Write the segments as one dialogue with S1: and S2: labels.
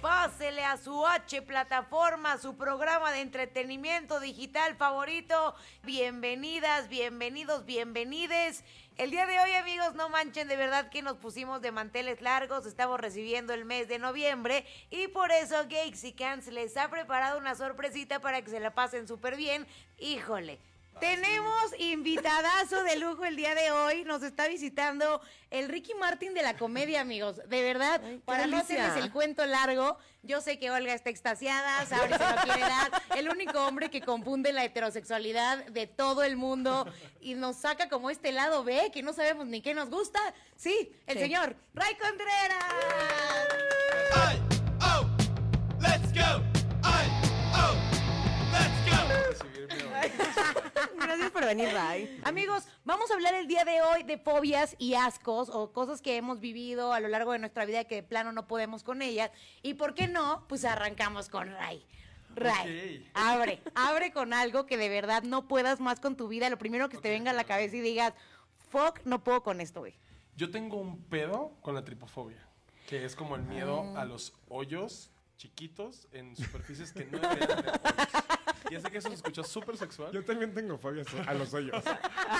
S1: Pásele a su H plataforma, su programa de entretenimiento digital favorito. Bienvenidas, bienvenidos, bienvenides. El día de hoy, amigos, no manchen, de verdad que nos pusimos de manteles largos. Estamos recibiendo el mes de noviembre y por eso Cans les ha preparado una sorpresita para que se la pasen súper bien. Híjole. Tenemos invitadazo de lujo el día de hoy. Nos está visitando el Ricky Martin de la comedia, amigos. De verdad, para no
S2: delicia.
S1: hacerles el cuento largo, yo sé que Olga está extasiada, Sabri se lo quiere dar. El único hombre que confunde la heterosexualidad de todo el mundo y nos saca como este lado B, que no sabemos ni qué nos gusta. Sí, el
S2: Sí.
S1: señor Ray Contreras.
S3: I oh, let's go. I oh, let's go.
S2: Gracias por venir, Ray.
S1: Amigos, vamos a hablar el día de hoy de fobias y ascos o cosas que hemos vivido a lo largo de nuestra vida que de plano no podemos con ellas. Y por qué no, pues arrancamos con Ray. Ray,
S3: Ok.
S1: abre, abre con algo que de verdad no puedas más con tu vida. Lo primero que te venga a la cabeza y digas, fuck, no puedo con esto, güey.
S4: Yo tengo un pedo con la tripofobia, que es como el miedo
S5: Ah.
S4: a los hoyos chiquitos en superficies que no deberían tener hoyos. Ya sé que eso se escucha súper sexual.
S5: Yo también tengo fobias a los hoyos.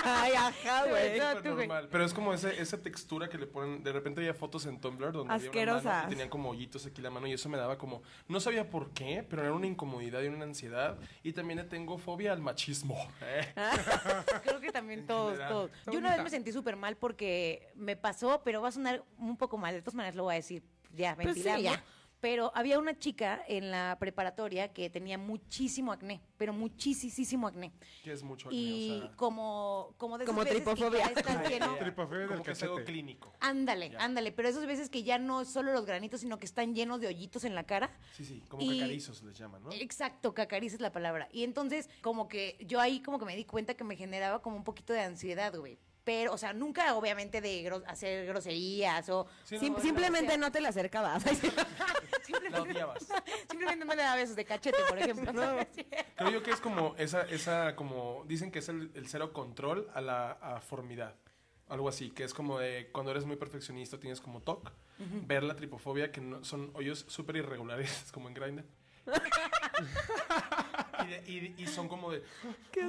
S2: Ay, ajá, güey.
S1: No,
S4: pero
S1: tú, güey.
S4: normal. Pero es como ese- esa textura que le ponen. De repente había fotos en Tumblr donde había una mano
S2: Asquerosas.
S4: que tenía como hoyitos aquí la mano y eso me daba como. No sabía por qué, pero era una incomodidad y una ansiedad. Y también le tengo fobia al machismo. ¿eh?
S1: Creo que también todos,
S4: general.
S1: todos. Yo una vez me sentí súper mal porque me pasó, pero va a sonar un poco mal. De todas maneras lo voy a decir ya,
S2: Pues sí,
S1: ventilando.
S2: ya.
S1: Pero había una chica en la preparatoria que tenía muchísimo acné, pero muchísimo acné.
S4: Que es mucho acné,
S1: Y
S4: o sea,
S1: como, como de esas
S2: Como
S1: veces que ya
S2: tripofobia.
S1: estás lleno.
S5: Tripofobia del
S4: como que es algo
S5: cachete.
S4: clínico.
S1: Ándale,
S4: Ya.
S1: ándale, pero esas veces que ya no es solo los granitos, sino que están llenos de hoyitos en la cara.
S4: Sí, sí, como
S1: Y-
S4: cacarizos les llaman, ¿no?
S1: Exacto, cacariz es la palabra. Y entonces, como que yo ahí como que me di cuenta que me generaba como un poquito de ansiedad, güey. Pero, o sea, nunca obviamente de gro- hacer groserías o...
S4: Sí,
S2: Sim-
S4: no,
S2: simplemente no te la acercabas.
S4: La odiabas.
S1: Simplemente no le daba besos de cachete, por ejemplo. ¿sabes?
S4: Creo yo que es como esa, esa, como dicen que es el, el cero control a la a formidad. Algo así, que es como de cuando eres muy perfeccionista, tienes como TOC, ver la tripofobia, que no- son hoyos súper irregulares, como en Grindr. y, de- y- y son como de. "Ah, Qué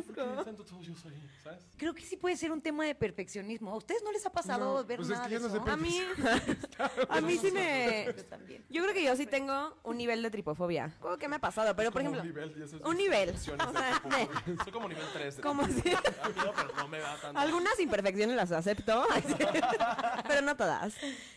S4: tantos hoyos ahí? ¿Sabes?
S1: Creo que sí puede ser un tema de perfeccionismo. ¿A ustedes no les ha pasado
S5: No,
S1: ver
S5: pues es
S1: nada
S5: que yo
S1: de
S5: no sé
S1: eso?
S5: por
S2: A mí, a mí sí me...
S1: Yo también.
S2: Yo creo que yo sí tengo un nivel de tripofobia. Como que me ha pasado, pero por
S4: Como
S2: ejemplo...
S4: Un nivel. ya sabes,
S2: un nivel.
S4: opciones
S2: O
S4: de
S2: sea,
S4: tripofobia. Soy como nivel 3. De
S2: Como si-
S4: tripofobia. Me da miedo, pero no me da tanto.
S2: Algunas imperfecciones las acepto, pero no todas.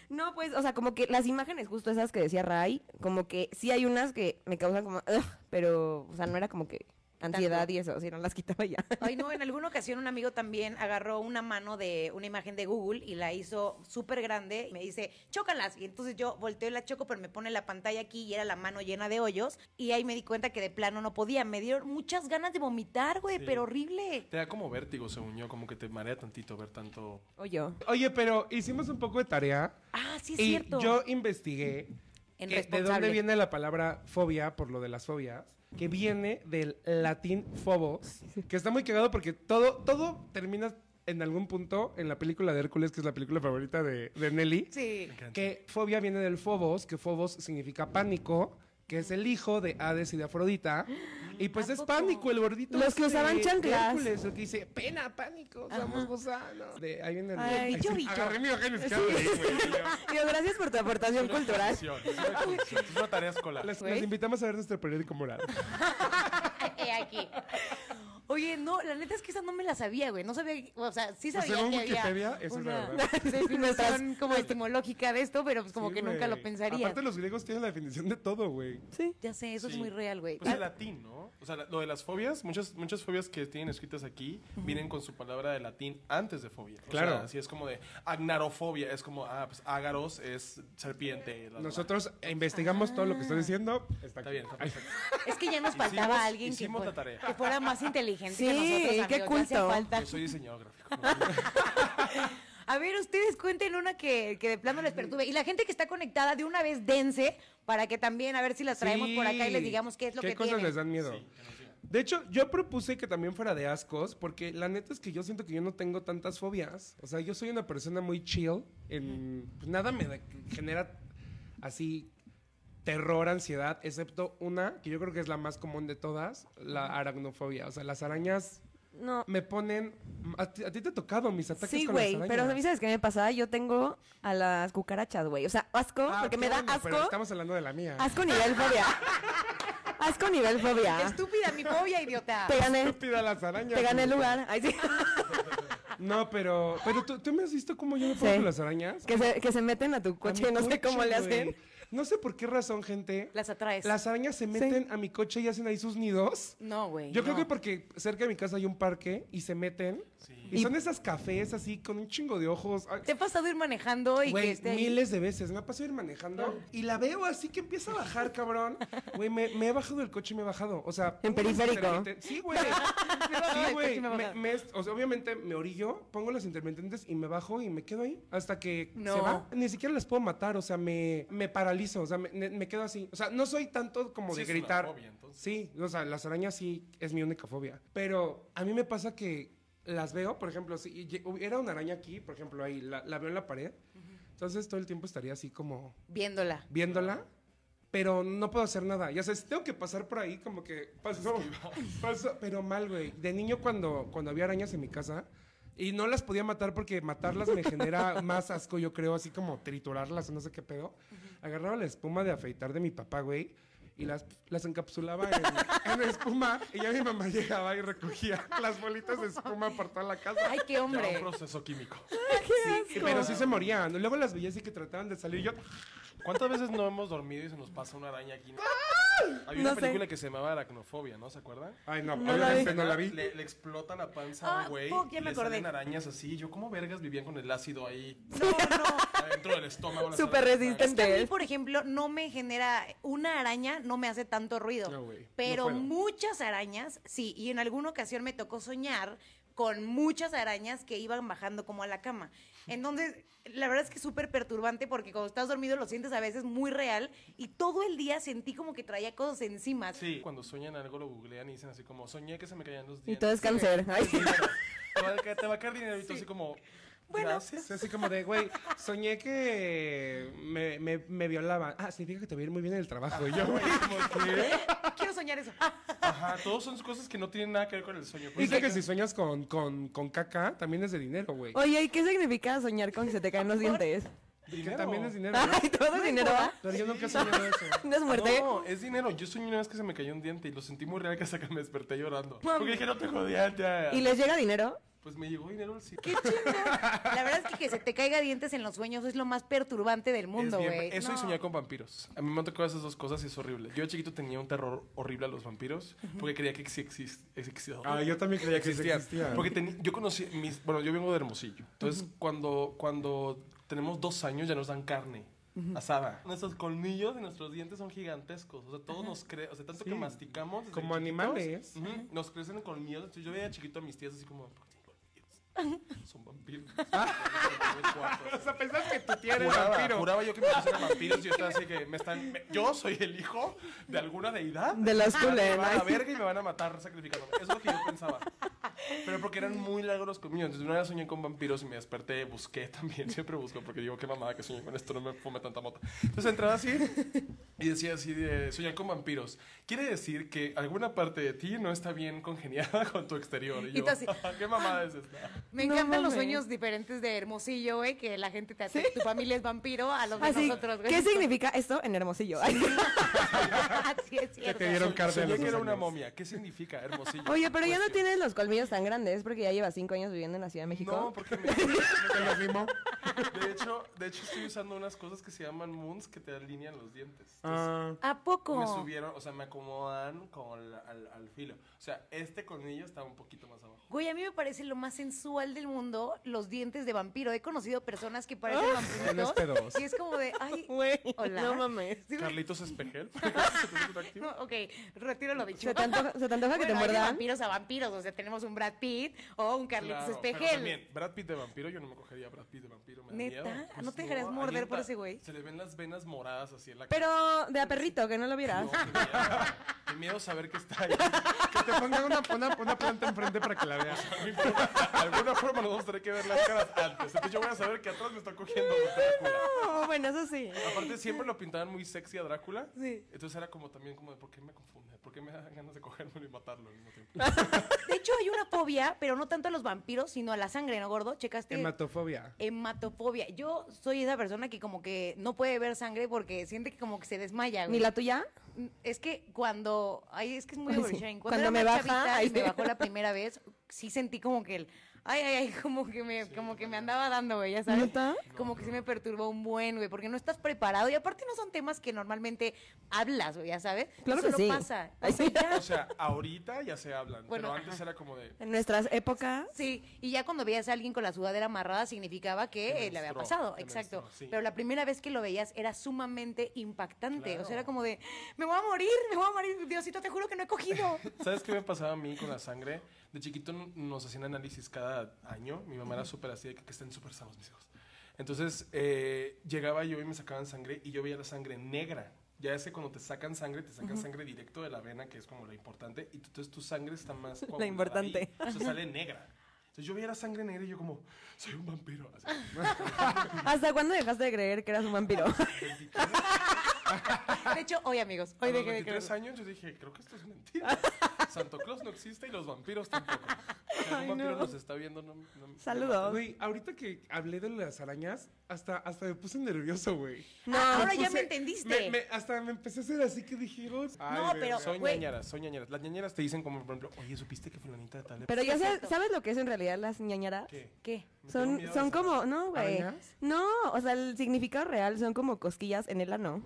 S2: No, pues, o sea, como que las imágenes justo esas que decía Ray, como que sí hay unas que me causan como, "Ugh", pero, o sea, no era como que ansiedad y eso, sino las quitaba ya.
S1: Ay, no, en alguna ocasión un amigo también agarró una mano de una imagen de Google y la hizo súper grande y me dice, chócalas. Y entonces yo volteo y la choco, pero me pone la pantalla aquí y era la mano llena de hoyos. Y ahí me di cuenta que de plano no podía. Me dieron muchas ganas de vomitar, güey, pero horrible.
S4: Te da como vértigo, según yo, como que te marea tantito ver tanto.
S2: O yo.
S5: Oye, pero hicimos un poco de tarea.
S1: Ah, sí es
S5: y
S1: cierto.
S5: yo investigué
S1: En
S5: que- de
S1: responsable.
S5: dónde viene la palabra fobia, por lo de las fobias, que viene del latín phobos, que está muy cagado porque todo, todo termina en algún punto en la película de Hércules, que es la película favorita de, de Nelly.
S1: Sí.
S5: Que fobia viene del Fobos, que Fobos significa pánico, que es el hijo de Hades y de Afrodita. Y pues
S1: ¿A
S5: es
S1: poco?
S5: pánico el gordito.
S2: Los que
S5: este
S2: usaban
S5: de
S2: chanclas.
S5: Hércules, el que dice, pena, pánico, somos gusanos. De, ahí viene el.
S2: Ay,
S5: Ay,
S1: bicho,
S5: sí,
S1: bicho.
S5: Agarré mi hoja y ni siquiera leí, güey.
S2: Digo, gracias por tu aportación cultural.
S4: Es una condición, es una tarea escolar.
S5: Las,
S1: Güey.
S5: las invitamos a ver nuestro periódico moral.
S1: He aquí. Oye, no, la neta es que esa no me la sabía, güey. No sabía, que- o sea, sí sabía
S5: Pues, según
S1: que
S5: Wikipedia,
S1: había
S5: esa es la
S1: una
S5: verdad. Pues,
S1: definición como etimológica de esto, pero pues como
S5: Sí,
S1: que nunca
S5: güey.
S1: lo pensaría.
S5: Aparte, los griegos tienen la definición de todo, güey.
S1: Ya sé, eso es
S4: Sí.
S1: muy real, güey.
S4: Pues el latín, ¿no? O sea, la- lo de las fobias, muchas, muchas fobias que tienen escritas aquí vienen con su palabra de latín antes de fobia. O
S5: Claro.
S4: sea, así es como de agnarofobia, es como, ah, pues ágaros es serpiente. la- la-
S5: Nosotros investigamos todo lo que
S1: Ah.
S5: estoy diciendo. Está,
S4: Está bien, está
S5: Ay,
S4: perfecto.
S1: Es que ya nos
S4: Hicimos-
S1: faltaba alguien que
S4: hicimos
S1: fuera,
S4: la tarea.
S1: que fuera más inteligente
S2: Sí,
S1: que nosotros,
S2: qué
S1: amigos. ya
S2: culto.
S1: hacía falta.
S4: Yo soy diseñador gráfico. ¿no?
S1: A ver, ustedes cuenten una que, que de plano les perturbe. Y la gente que está conectada, de una vez dense para que también, a ver si las traemos por acá y les
S5: Sí.
S1: digamos qué es lo
S5: ¿Qué
S1: que
S5: cosas
S1: tienen.
S5: les dan miedo? De hecho, yo propuse que también fuera de ascos, porque la neta es que yo siento que yo no tengo tantas fobias. O sea, yo soy una persona muy chill. En, pues, nada me da- genera así terror, ansiedad, excepto una que yo creo que es la más común de todas, la aracnofobia. O sea, las arañas
S2: No.
S5: me ponen... A ti, a ti te ha tocado mis ataques
S2: Sí,
S5: con
S2: güey,
S5: las arañas.
S2: pero a mí sabes qué me pasa, yo tengo a las cucarachas, güey. O sea, asco,
S5: Ah,
S2: porque me
S5: qué
S2: da
S5: bueno, Pero
S2: asco.
S5: estamos hablando de la mía.
S2: Asco nivel fobia. asco nivel fobia.
S1: Estúpida mi fobia, idiota.
S2: Te gané,
S5: Estúpida las arañas.
S2: te gané el lugar. Ay, sí.
S5: No, pero, pero ¿tú, tú me has visto cómo yo me pongo
S2: Sí.
S5: con las arañas.
S2: que, se, que se meten a tu
S5: A
S2: coche
S5: mi
S2: y no sé
S5: coche,
S2: cómo le
S5: güey.
S2: hacen.
S5: No sé por qué razón, gente.
S1: Las atraes.
S5: Las arañas se meten a mi coche y hacen ahí sus nidos.
S1: No, güey.
S5: Yo creo
S1: no.
S5: que porque cerca de mi casa hay un parque y se meten. Y,
S2: Y-
S5: son esas cafés así con un chingo de ojos. Ay,
S1: ¿Te ha pasado ir manejando y que
S5: Güey,
S1: esté ahí?
S5: miles de veces. Me ha pasado ir manejando y la veo así que empieza a bajar, cabrón. Güey, me, me he bajado del coche y me he bajado. O sea...
S2: En
S5: pongo las
S2: periférico.
S5: intermitentes- Sí, güey.
S1: del
S5: Sí,
S1: coche y
S5: güey.
S1: me he
S5: Me-
S1: bajado.
S5: me- o sea, obviamente me orillo, pongo las intermitentes y me bajo y me quedo ahí hasta que
S1: No.
S5: se va. Ni siquiera las puedo matar. O sea, me, me paralizo. O sea, me, me- me quedo así. O sea, no soy tanto como
S4: Sí,
S5: de
S4: es una
S5: gritar.
S4: fobia, entonces.
S5: Sí, o sea, las arañas sí es mi única fobia. Pero a mí me pasa que las veo, por ejemplo, si y- y- era una araña aquí, por ejemplo, ahí, la, la veo en la pared. Entonces todo el tiempo estaría así como
S1: Viéndola.
S5: viéndola, pero no puedo hacer nada. Ya sabes, tengo que pasar por ahí como que paso, paso, pero mal, güey. De niño cuando, cuando había arañas en mi casa y no las podía matar porque matarlas me genera más asco, yo creo, así como triturarlas o no sé qué pedo. Agarraba la espuma de afeitar de mi papá, güey. Y las, las encapsulaba en, en espuma. Y ya mi mamá llegaba y recogía las bolitas de espuma por toda la casa.
S1: Ay, qué
S4: Ya, un
S1: hombre.
S4: proceso químico.
S5: Sí, pero sí se morían. Luego las veía así que trataban de salir. Yo,
S4: ¿Cuántas veces no hemos dormido y se nos pasa una araña aquí? Había
S2: No
S4: una
S2: sé.
S4: película que se llamaba Aracnofobia, ¿no? ¿Se acuerdan?
S5: ay, no,
S2: No la
S5: obviamente no la vi.
S4: Le, le explota la panza a
S1: Ah,
S4: un güey.
S1: fuck, ya
S4: y
S1: me
S4: le
S1: acordé.
S4: salen arañas así. Yo, ¿cómo vergas vivían con el ácido ahí
S1: No, no.
S4: adentro del estómago? las
S2: Súper
S4: arañas?
S2: resistente.
S1: Es que a mí, por ejemplo, no me genera. Una araña no me hace tanto ruido.
S5: No, güey, no
S1: pero
S5: puedo.
S1: muchas arañas, sí. Y en alguna ocasión me tocó soñar con muchas arañas que iban bajando como a la cama. Entonces, la verdad es que es súper perturbante porque cuando estás dormido lo sientes a veces muy real y todo el día sentí como que traía cosas encima.
S4: Sí, cuando sueñan algo lo googlean y dicen así como, soñé que se me caían los dientes.
S2: Y todo es cáncer. Ay, sí.
S4: Dinero. Te va a caer, te va a caer dinero y tú así como, gracias.
S5: Es así como de, güey, soñé que me, me, me violaban. Ah, significa que te va a ir muy bien en el trabajo. Y yo, güey, como que-
S1: Quiero soñar eso. Ah,
S4: Ajá, todos son cosas que no tienen nada que ver con el sueño. Pues, Por
S5: Dice
S4: ejemplo,
S5: que si sueñas con, con, con caca, también es de dinero, güey.
S2: Oye, ¿y qué significa soñar con que se te caen los dientes?
S5: Que
S4: dinero.
S5: también es dinero. güey.
S2: Ay, todo es dinero, ¿va?
S5: Pero yo nunca he soñado eso.
S2: ¿No es muerte?
S4: No, es dinero. Yo soñé una vez que se me cayó un diente y lo sentí muy real que hasta que me desperté llorando. Porque dije, no tengo diente.
S2: ¿Y les llega dinero?
S4: Pues me llegó dinero al sitio.
S1: ¡Qué chingón! La verdad es que que se te caiga dientes en los sueños es lo más perturbante del mundo,
S4: Es bien-
S1: güey.
S4: Eso y
S1: No.
S4: soñar con vampiros. A mí me han tocado esas dos cosas y es horrible. Yo de chiquito tenía un terror horrible a los vampiros porque creía que sí exis- existían.
S5: Ah, yo también creía que sí
S4: existían.
S5: existían.
S4: Porque teni- yo conocí, mis, bueno, yo vengo de Hermosillo. Entonces, cuando, cuando tenemos dos años ya nos dan carne. Asada. Nuestros colmillos y nuestros dientes son gigantescos. O sea, todos nos crecen. O sea, tanto que
S5: Sí.
S4: masticamos. desde
S5: Como
S4: chiquitos,
S5: animales.
S4: ujú, Nos crecen colmillos. Entonces, yo veía chiquito a mis tías así como. "¿Por qué tienen colmillos? Son vampiros.
S5: O sea, pensás que tu tía era el
S4: Juraba,
S5: vampiro.
S4: juraba yo que me pusieran vampiros y yo estaba así que me están. me- yo soy el hijo de alguna deidad.
S2: De las
S4: Me van a la
S2: culeras.
S4: verga y me van a matar sacrificándome. Eso es lo que yo pensaba. Pero porque eran muy largos los comillos. Entonces, una vez soñé con vampiros y me desperté, busqué también. Siempre busco porque digo, qué mamada que soñé con esto, no me fumé tanta mota. Entonces entraba así y decía así: de, soñé con vampiros. Quiere decir que alguna parte de ti no está bien congeniada con tu exterior. Y
S1: Y
S4: yo, "Ah,
S1: tú así,
S4: qué mamada es esta.
S1: Me
S2: No
S1: encantan los
S2: mames.
S1: sueños diferentes de Hermosillo, güey, que la gente te hace. Tu familia es vampiro a los de
S2: Así,
S1: nosotros, güey.
S2: ¿qué significa esto en Hermosillo? Ay.
S1: Así es cierto.
S5: te dieron carne a
S4: Soñé
S5: los
S4: que
S5: dos
S4: era una
S5: años.
S4: momia. ¿Qué significa, hermosillo? Pues
S2: Oye, pero ya no
S4: Cuestión.
S2: tienes los colmillos tan grandes porque ya llevas cinco años viviendo en la Ciudad de
S4: No,
S2: México.
S4: porque me- me-
S5: Te lo mimo.
S4: de, hecho, de hecho estoy usando unas cosas que se llaman moons que te alinean los dientes. Entonces,
S5: Ah,
S1: ¿A
S4: me
S1: poco?
S4: subieron, o sea, me acomodan con la- al, al filo. O sea, este colmillo está un poquito más abajo.
S1: Güey, a mí me parece lo más sensual del mundo los dientes de vampiro. He conocido personas que parecen
S5: Tienes
S1: vampiritos.
S5: pedos.
S1: Y es como de, ay,
S2: Güey,
S1: Hola.
S2: no mames.
S1: sí, güey.
S4: Carlitos Espejel. Activo.
S1: No, ok, retiro lo dicho.
S2: ¿Se te antoja, se te antoja que te
S1: Bueno, hay de
S2: muerdan?
S1: vampiros a vampiros. O sea, tenemos un Brad Pitt o un Carlitos
S4: Claro, pero
S1: Espejel.
S4: también, Brad Pitt de vampiro, yo no me cogería. sería Brad Pitt de vampiro. Me da
S6: ¿Neta?
S4: miedo.
S6: ¿No te dejarías
S4: ahí
S6: morder
S4: en
S6: por
S4: ta-
S6: ese güey?
S4: Se le ven las venas moradas así en la cara.
S2: Pero de a perrito, que no lo vieras.
S4: No, qué miedo. Qué miedo saber que está ahí.
S5: Que te pongan una, una- una planta enfrente para que la veas.
S4: De alguna forma nos vamos a tener que ver las caras antes. Entonces yo voy a saber que atrás me está cogiendo Drácula.
S2: No, bueno, eso sí.
S4: Aparte siempre lo pintaban muy sexy a Drácula.
S2: Sí.
S4: Entonces era como también como de por qué me confunde, por qué me dan ganas de cogérmelo y matarlo al mismo tiempo.
S1: De hecho, hay una fobia, pero no tanto a los vampiros, sino a la sangre, ¿no, gordo? Checaste.
S5: Hematofobia.
S1: Hematofobia. Yo soy esa persona que como que no puede ver sangre porque siente que como que se desmaya, güey.
S2: ¿Ni la tuya?
S1: Es que cuando. Ay, es que es muy
S2: Ay, sí.
S1: oversharing. Cuando,
S2: Cuando
S1: era
S2: me
S1: más
S2: baja,
S1: chavita
S2: ay,
S1: y me
S2: sí.
S1: bajó la primera vez, sí sentí como que el. Ay, ay, ay, como que me, como que me andaba dando, güey, ya sabes.
S2: ¿Neta?
S1: Como que sí me perturbó un buen, güey, porque no estás preparado. Y aparte no son temas que normalmente hablas, güey, ya sabes.
S2: Claro que
S1: Solo
S2: sí.
S1: pasa.
S2: Ay, sí.
S4: O sea, ahorita ya se hablan,
S1: Bueno,
S4: pero antes
S1: ajá.
S4: era como de
S2: En nuestras épocas.
S1: Sí, y ya cuando veías a alguien con la sudadera amarrada significaba
S4: Te
S1: que eh, le había
S4: menstruó,
S1: pasado,
S4: te
S1: exacto.
S4: menstruó, sí.
S1: Pero la primera vez que lo veías era sumamente impactante, o sea,
S4: Claro.
S1: era como de, me voy a morir, me voy a morir, Diosito, te juro que no he cogido.
S4: ¿Sabes qué me pasaba a mí con la sangre? De chiquito n- nos hacían análisis cada año. Mi mamá era súper así de que, que estén súper sanos mis hijos. Entonces eh, llegaba yo y me sacaban sangre y yo veía la sangre negra. Ya es que cuando te sacan sangre, te sacan sangre directo de la vena, que es como lo importante, y tú- entonces tu sangre está más... coagulada ahí.
S2: importante.
S4: O sea, sale negra. Entonces yo veía la sangre negra y yo como, soy un vampiro. Así,
S2: ¿Hasta cuándo dejaste de creer que eras un vampiro?
S4: 23,
S1: De hecho, hoy amigos,
S4: a
S1: hoy
S4: los
S1: dejé de
S4: 23
S1: creer.
S4: Ah, años yo dije, creo que esto es mentira. Santo Claus no existe y los vampiros tampoco. Si algún vampiro nos está viendo, no... no- no
S2: Saludos.
S5: Güey, ahorita que hablé de las arañas, hasta, hasta me puse nervioso, güey.
S2: No,
S1: Ah, ahora ya
S5: Puse-
S1: me entendiste.
S5: me- me- hasta me empecé a hacer así que dije, "Oh, ay,
S1: No,
S5: güey,
S1: pero-
S4: Son
S1: güey.
S4: ñañaras, son ñañaras. Las ñañaras te dicen como, por ejemplo, oye, ¿supiste que fulanita de tal... le
S2: Pero ya
S1: Sí,
S2: sabes,
S1: exacto.
S2: ¿sabes lo que es en realidad las ñañaras?
S4: ¿Qué?
S1: ¿Qué?
S4: Me tengo
S2: Son,
S4: miedo de
S2: son
S4: saber.
S2: como, no, güey.
S5: ¿Arañas?
S2: No, o sea, el significado real son como cosquillas en el ano.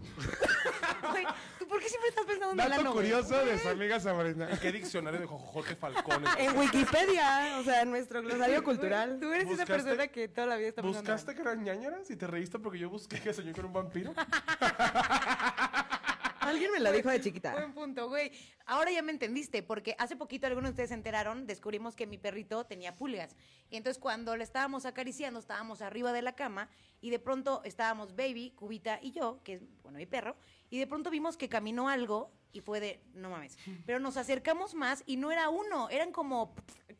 S1: Güey, ¿Tú por qué siempre estás pensando en el
S5: Dato
S1: ano, güey?
S5: curioso de su amiga Sabrina.
S4: ¿Qué diccionario de Jojo- Jorge Falcón?
S2: En Wikipedia, o sea, en nuestro glosario cultural.
S1: Tú eres esa
S4: ¿Buscaste?
S1: persona que toda la vida está pensando. en el ano.
S4: ¿Buscaste que eran ñañaras y te reíste porque yo busqué que soñé con un vampiro?
S2: Alguien me lo dijo de chiquita.
S1: Buen punto, güey. Ahora ya me entendiste, porque hace poquito algunos de ustedes se enteraron, descubrimos que mi perrito tenía pulgas. Y entonces cuando le estábamos acariciando, estábamos arriba de la cama y de pronto estábamos Baby, Cubita y yo, que es, bueno, mi perro, y de pronto vimos que caminó algo y fue de, no mames. Pero nos acercamos más y no era uno, eran como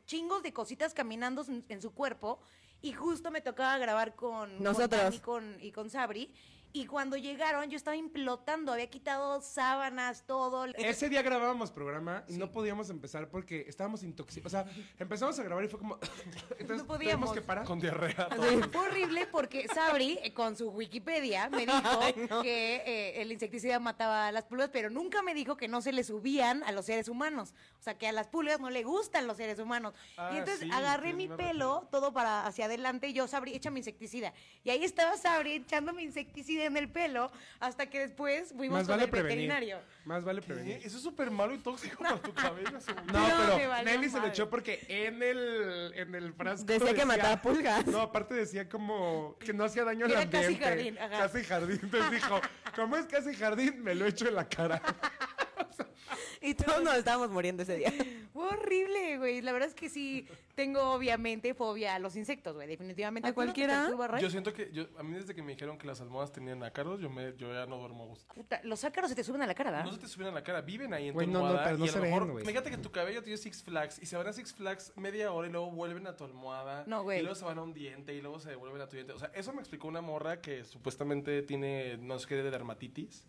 S1: chingos de cositas caminando en- en su cuerpo. Y justo me tocaba grabar con con
S2: Nosotros.
S1: Dani, con, y con Sabri. Y cuando llegaron, yo estaba implotando, había quitado sábanas, todo.
S5: Ese día grabábamos programa y no podíamos empezar porque estábamos intoxicados. O sea, empezamos a grabar y fue como. Entonces,
S1: No podíamos.
S5: Tenemos que parar.
S4: Con diarrea. todo.
S1: Fue horrible porque Sabri, eh, con su Wikipedia, me dijo que eh, el insecticida mataba a las pulgas, pero nunca me dijo que no se le subían a los seres humanos. O sea, que a las pulgas no le gustan los seres humanos.
S4: Ah,
S1: y entonces
S4: sí,
S1: agarré
S4: tiene
S1: mi
S4: una
S1: pelo, todo para hacia adelante, y yo, Sabri, échame insecticida. Y ahí estaba Sabri echándome insecticida en el pelo, hasta que después fuimos
S5: Más
S1: con
S5: vale
S1: el
S5: prevenir.
S1: veterinario.
S5: Más vale
S4: ¿Qué?
S5: prevenir.
S4: Eso es súper malo y tóxico para tu cabello. según
S5: No,
S1: No, me
S5: pero
S1: valió
S5: Nelly se le
S1: madre.
S5: echó porque en el, en el frasco.
S2: Decía que mataba pulgas.
S5: No, aparte decía como que no hacía daño al
S1: Era casi
S5: ambiente.
S1: jardín, ajá.
S5: Casi jardín. Entonces dijo, como es casi jardín, me lo echo en la cara.
S2: Y todos nos estábamos muriendo ese día.
S1: Fue horrible, güey. La verdad es que sí tengo obviamente fobia a los insectos, güey. Definitivamente.
S2: ¿A
S1: ¿Tú no te
S2: cualquiera?
S1: perturba,
S4: yo.
S1: Ray?
S4: Yo siento que, yo- a mí desde que me dijeron que las almohadas tenían ácaros, yo, me, yo ya no duermo a gusto.
S1: Puta, los ácaros se te suben a la cara, ¿verdad?
S4: No se te suben a la cara, viven ahí en
S5: ¿Ah? Güey,
S4: tu
S5: no, no,
S4: almohada.
S5: pero no
S4: y a
S5: se
S4: lo
S5: ven,
S4: mejor,
S5: güey.
S4: Fíjate que tu cabello tiene Six Flags y se van a Six Flags media hora y luego vuelven a tu almohada.
S1: No, güey.
S4: Y luego se van a un diente y luego se devuelven a tu diente. O sea, eso me explicó una morra que supuestamente tiene, no sé qué, de dermatitis.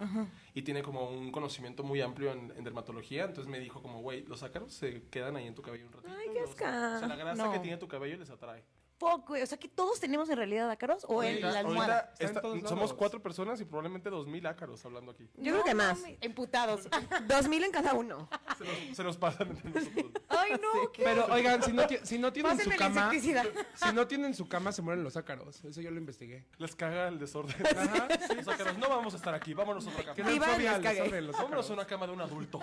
S4: Y tiene como un conocimiento muy amplio en, en dermatología. Entonces me dijo como, güey, los ácaros se quedan ahí en tu cabello un ratito.
S2: Ay,
S4: y
S2: qué
S4: luego se- O sea,
S2: asca.
S4: la grasa
S1: No.
S4: que tiene tu cabello les atrae.
S1: Fuck, güey. O sea que todos tenemos en realidad ácaros o en
S4: Ahorita-
S1: la almohada.
S4: ahorita
S5: Está en
S4: está-
S5: todos
S4: somos
S5: lados.
S4: cuatro personas y probablemente dos mil ácaros hablando aquí.
S2: Yo creo que más.
S1: mames. Emputados.
S2: Dos mil en cada uno.
S4: Se nos, se nos pasan entre nosotros.
S1: Ay, no, qué.
S5: Pero oigan, si no, ti- si no tienen su
S1: Pásenme el
S5: cama,
S1: insecticida.
S5: si no tienen su cama, se mueren los ácaros. Eso yo lo investigué.
S4: Les caga el desorden. Ajá, sí. Los ácaros, no vamos a estar aquí, vámonos a otra cama.
S5: Tienen
S2: Iván,
S5: fobia
S2: les
S5: al
S2: cagué.
S5: desorden, los
S4: Vámonos a
S5: ácaros.
S4: una cama de un adulto.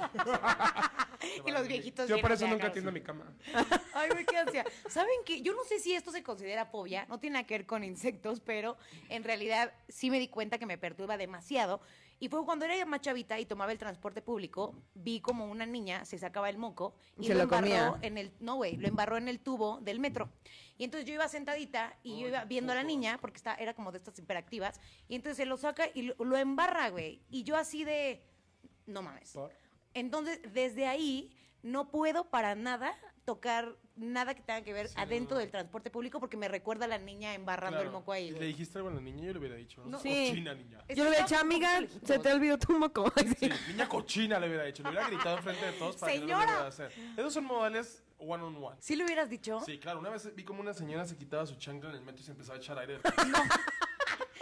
S1: Y los viejitos.
S5: Yo
S1: llenos
S5: por
S1: de
S5: eso nunca
S1: ácaros.
S5: atiendo mi cama.
S1: Ay, güey, qué ansia. ¿Saben qué? Yo no sé si esto se considera fobia, no tiene nada que ver con insectos, pero en realidad sí me di cuenta que me perturba demasiado. Y fue cuando era más chavita y tomaba el transporte público, vi como una niña se sacaba el moco y
S2: Se
S1: lo,
S2: lo
S1: embarró
S2: comía.
S1: en el, no güey, lo embarró en el tubo del metro. Y entonces yo iba sentadita y yo iba viendo a la niña porque está, era como de estas hiperactivas y entonces se lo saca y lo, lo embarra, güey. Y yo así de, no mames.
S5: ¿Por?
S1: Entonces, desde ahí no puedo para nada tocar nada que tenga que ver adentro del transporte público porque me recuerda a la niña embarrando el
S4: Claro.
S1: moco ahí.
S4: ¿Y
S1: güey.
S4: ¿Le dijiste algo a la niña? Yo le hubiera dicho. ¿no?
S1: No.
S2: Sí.
S4: Cochina, niña.
S1: Es
S2: Yo
S1: que
S2: le hubiera
S1: está
S2: dicho, amiga,
S1: muy
S2: se te olvidó tu moco.
S4: Sí, niña cochina le hubiera dicho. Le hubiera gritado enfrente de todos para que no lo
S1: Señora.
S4: volviera a hacer. Esos son modales one on one.
S1: ¿Sí lo hubieras dicho?
S4: Sí, claro. Una vez vi como una señora se quitaba su chancla en el metro y se empezaba a echar aire.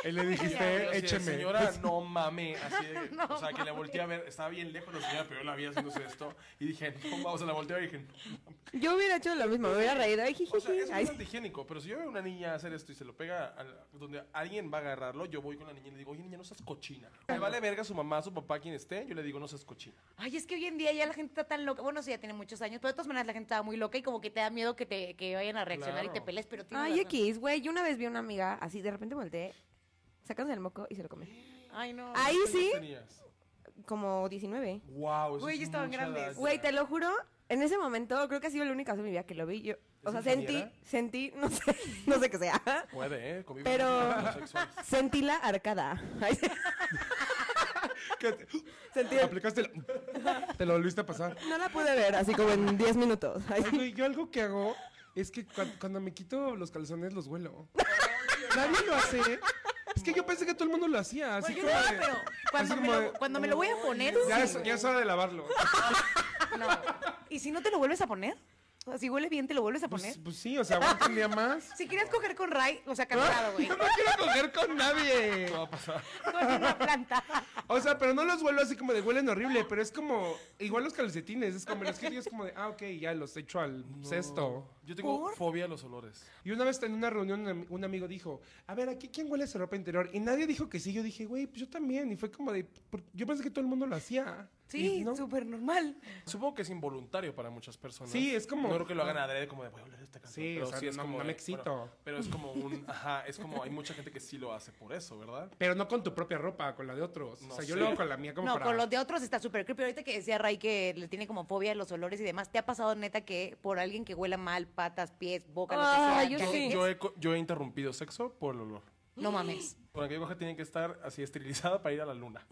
S5: Y le
S4: Yo
S5: dijiste,
S4: así de,
S5: écheme.
S4: Señora, no mame. Así de, o sea, que la volteé a ver. Estaba bien lejos la señora, pero yo la vi haciéndose esto. Y dije, no, vamos a la volteé y dije, no.
S2: Yo hubiera hecho lo mismo, me hubiera reído. Ay,
S4: O sea,
S2: jijiji.
S4: es
S2: Ay,
S4: muy antihigiénico, pero si yo veo a una niña hacer esto y se lo pega al- donde alguien va a agarrarlo, yo voy con la niña y le digo, oye niña, no seas cochina. Me vale verga su mamá, su papá, quien esté, yo le digo, no seas cochina.
S1: Ay, es que hoy en día ya la gente está tan loca. Bueno, sí, ya tiene muchos años, pero de todas maneras la gente estaba muy loca y como que te da miedo que te que vayan a reaccionar y
S4: Claro.
S1: te pelees, pero tienes
S2: Ay,
S1: razón.
S2: X, güey. Yo una vez vi a una amiga así, de repente volteé, sacándose el moco y se lo comió.
S1: Ay, no.
S2: Ahí sí,
S4: Tenías.
S2: como 19.
S4: Wow, eso
S1: Güey,
S4: es
S1: ya estaban
S4: mucha edad
S1: grandes.
S4: ya.
S2: Güey, te lo juro, en ese momento creo que ha sido la única vez en mi vida que lo vi. Yo, o sea, sentí,
S4: ingeniera?
S2: sentí, no sé, no sé qué sea.
S4: Puede, ¿eh? Convive
S2: Pero-
S4: con los homosexuales.
S2: Sentí la arcada. Ay, sí.
S5: ¿Qué te-
S2: sentí
S5: Aplicaste la- Te lo volviste a pasar.
S2: No la pude ver, así como en 10 minutos. Ay,
S5: Ay, güey, yo algo que hago es que cuan- cuando me quito los calzones los huelo. Nadie lo hace. Es que yo pensé que todo el mundo lo hacía. Así
S1: Yo
S5: como
S1: no,
S5: de-
S1: pero cuando
S5: así
S1: me,
S5: como
S1: lo,
S5: de-
S1: cuando me lo voy a poner,
S5: ya,
S1: sí,
S5: es, ya es hora de lavarlo.
S1: güey. No. ¿Y si no te lo vuelves a poner? O sea, si huele bien, ¿te lo vuelves a poner?
S5: Pues, pues sí, o sea, aguanta un día más.
S1: Si querías coger con Ray, o sea, cansado, güey.
S5: No me quiero coger con nadie.
S1: Con una planta.
S5: O sea, pero no los huelo así como de huelen horrible, pero es como, igual los calcetines, es como, los que es como de, ah, ok, ya los echo al cesto.
S4: Yo tengo
S1: ¿Por?
S4: fobia a los olores.
S5: Y una vez en una reunión un am- un amigo dijo, a ver, aquí quién huele su ropa interior. Y nadie dijo que sí, yo dije, güey, pues yo también. Y fue como de, "Por- yo pensé que todo el mundo lo hacía.
S1: Sí,
S5: Y no.
S1: súper normal.
S4: Supongo que es involuntario para muchas personas.
S5: Sí, es como-
S4: No creo que lo hagan adrede como de voy a oler esta canción.
S5: Sí, o sea, no- no me
S4: de,
S5: excito.
S4: pero es como un. Ajá, es como. Hay mucha gente que sí lo hace por eso, ¿verdad?
S5: Pero no con tu propia ropa, con la de otros.
S4: No
S5: o sea, yo
S4: sé.
S5: lo hago con la mía como
S1: No,
S5: para...
S1: con los de otros está súper creepy. Ahorita que decía Ray que le tiene como fobia a los olores y demás, ¿te ha pasado neta que por alguien que huela mal, patas, pies, boca, lo
S2: Ah,
S1: que sea?
S2: yo
S1: ya-
S2: sí.
S4: Yo he, co- yo he interrumpido sexo por el olor.
S1: No mames.
S4: Por aquella cosa tiene que estar así esterilizada para ir a la luna.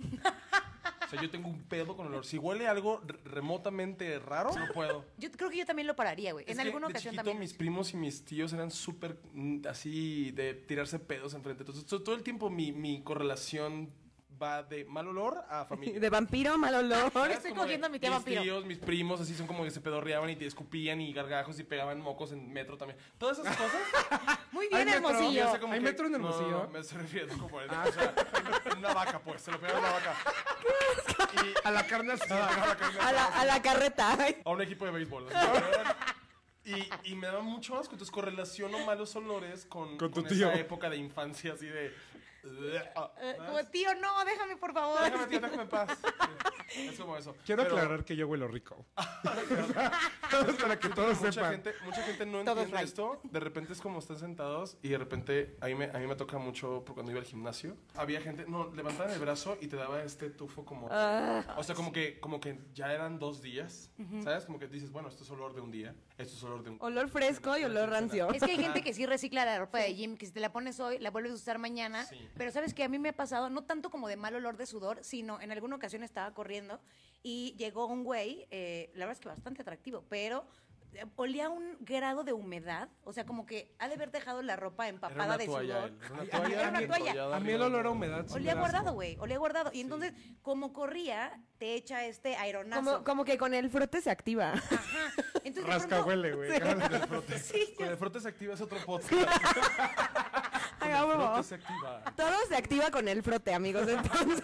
S4: O sea, yo tengo un pedo con olor. Si huele algo r- remotamente raro, no puedo.
S1: Yo creo que yo también lo pararía, güey.
S4: Es
S1: En
S4: que
S1: alguna
S4: de
S1: ocasión
S4: chiquito,
S1: también.
S4: mis primos y mis tíos eran súper mm, así de tirarse pedos enfrente. Entonces, to- todo el tiempo mi, mi correlación va de mal olor a familia.
S2: de vampiro, mal olor.
S4: ¿Sabes?
S1: estoy
S4: Como de
S1: cogiendo a mi tía
S4: mis
S1: vampiro.
S4: tíos, mis primos, así son como que se pedorreaban y te escupían y gargajos y pegaban mocos en metro también. Todas esas cosas.
S1: Muy
S5: Ay,
S1: bien,
S5: metro.
S1: hermosillo.
S4: yo sé como
S5: ¿Hay
S4: que-
S5: metro en
S4: no, no,
S5: Hermosillo? Ah,
S4: no, me estoy refiriendo como en, o sea, en una vaca, pues. Se lo pegaban a una vaca. ah,
S5: A la carne asada.
S4: A la carne
S2: A la, a la carreta. Ay,
S4: a un equipo de béisbol. así, ¿verdad? y, y me daba mucho asco. Entonces correlaciono malos olores con,
S5: Con tu tío.
S4: esa época de infancia así de. "Ah,
S1: Eh,
S4: ¿sabes?
S1: como, tío, no, déjame, por favor.
S4: Ah, Déjame, tío, déjame en paz. Sí, Es como eso.
S5: Quiero
S4: Pero Ah,
S5: aclarar que yo huelo rico. para que todos
S4: Mucha
S5: sepan.
S4: gente, mucha gente no
S1: Todos
S4: entiende
S1: right.
S4: esto. De repente es como están sentados y de repente a mí me, a mí me toca mucho por cuando iba al gimnasio. Había gente, no, levantaban el brazo y te daba este tufo como... o sea, como que, como que ya eran dos días. ¿Sabes? Como que dices, bueno, esto es olor de un día. Esto es olor de un...
S2: Olor fresco y olor rancio.
S1: Es que hay gente que sí recicla la ropa de gym, que si te la pones hoy, la vuelves a usar mañana.
S4: Sí.
S1: Pero sabes que a mí me ha pasado, no tanto como de mal olor de sudor, sino en alguna ocasión estaba corriendo y llegó un güey, eh, la verdad es que bastante atractivo, pero eh, olía un grado de humedad. O sea, como que ha de haber dejado la ropa
S4: Era
S1: empapada
S4: una
S1: de
S4: toalla
S1: sudor.
S4: él, Era una
S5: Ay, a mí-
S4: toalla.
S5: era una
S1: toalla.
S4: enrollada
S5: A mí el
S4: arriba.
S5: olor a humedad. sí me
S1: Olía
S5: da
S1: guardado,
S5: asco.
S1: güey, olía guardado. Y entonces, como corría, te echa este aironazo.
S2: Como, como que con el frote se activa.
S1: Ajá. Entonces, de
S5: Rasca
S1: pronto-
S5: huele, güey.
S1: Sí,
S4: Con el frote se activa es otro podcast. Con
S2: Haga
S4: el
S2: huevo.
S4: frote se activa.
S2: Todo se activa con el frote, amigos. Entonces,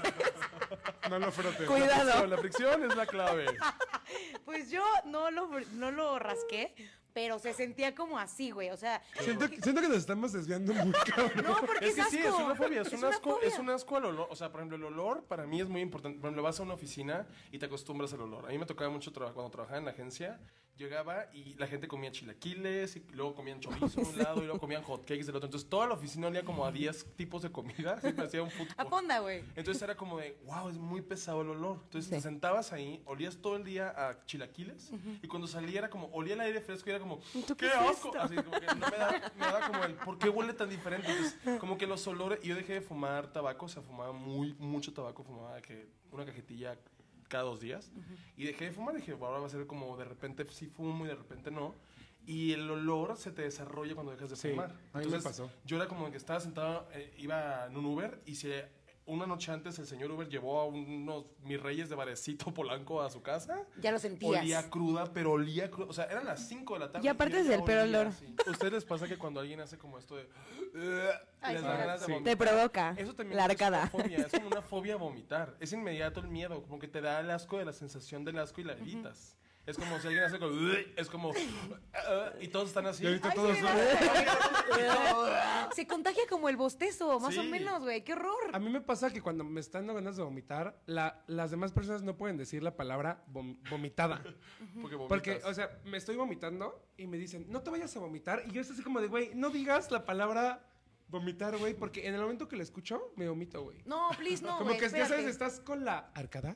S5: No lo frotes.
S2: cuidado.
S4: Pero la fricción es la clave.
S1: Pues yo no lo, no lo rasqué, pero se sentía como así, güey. O sea,
S5: Siento, siento que nos estamos desviando muy cabrón.
S1: no, porque
S4: Es
S1: es, asco.
S4: que sí, es una fobia, es, un asco,
S1: fobia.
S4: es un asco al olor. O sea, por ejemplo, el olor para mí es muy importante. Por ejemplo, vas a una oficina y te acostumbras al olor. A mí me tocaba mucho traba- cuando trabajaba en la agencia. Llegaba y la gente comía chilaquiles, y luego comían chorizo de un lado, y luego comían hotcakes del otro. Entonces toda la oficina olía como a 10 tipos de comida, sí, parecía un food court.
S1: A Ponda, güey.
S4: Entonces era como de, wow, es muy pesado el olor. Entonces te sentabas ahí, olías todo el día a chilaquiles y cuando salía era como, olía el aire fresco y era como,
S2: ¿Tú
S4: qué,
S2: qué es
S4: asco.
S2: esto?
S4: Así como que no me da, me da como el, ¿por qué huele tan diferente? Entonces, como que los olores, y yo dejé de fumar tabaco, o sea, fumaba muy, mucho tabaco, fumaba de que una cajetilla cada dos días y dejé de fumar. Dije, "Bueno, ahora va a ser como de repente sí fumo y de repente no. Y el olor se te desarrolla cuando dejas de
S5: Sí,
S4: fumar.
S5: a mí me pasó.
S4: Yo era como que estaba sentado, eh, iba en un Uber y se, una noche antes el señor Uber llevó a unos mis reyes de Varecito Polanco a su casa.
S1: Ya lo sentías.
S4: Olía cruda, pero olía cruda. O sea, eran las 5 de la tarde.
S2: Y aparte
S4: yo
S2: es
S4: ya
S2: el peor
S4: olía
S2: olor.
S4: así. ¿Ustedes les pasa que cuando alguien hace como esto de... eh,
S1: Ay,
S4: les
S1: sí.
S4: da ganas de
S5: Sí.
S4: vomitar?
S2: Te provoca.
S4: Eso también
S2: la
S4: es
S2: arcada.
S4: una fobia, es como una fobia vomitar. Es inmediato el miedo, como que te da el asco de la sensación del asco y la evitas. Es como si alguien hace como... Es como... "Ah", Y todos están así.
S5: Y ahorita
S1: Ay,
S5: todos.
S1: sí, mira. Se contagia como el bostezo, más o
S4: Sí.
S1: menos, güey. ¡Qué horror!
S5: A mí me pasa que cuando me están dando ganas de vomitar, la- las demás personas no pueden decir la palabra vom- vomitada.
S4: Porque vomitas.
S5: Porque, o sea, me estoy vomitando y me dicen, no te vayas a vomitar. Y yo estoy así como de, güey, no digas la palabra vomitar, güey, porque en el momento que la escucho, me vomito, güey.
S1: No, please, no,
S5: como
S1: güey,
S5: que ya sabes,
S1: espérate.
S5: estás con la arcada.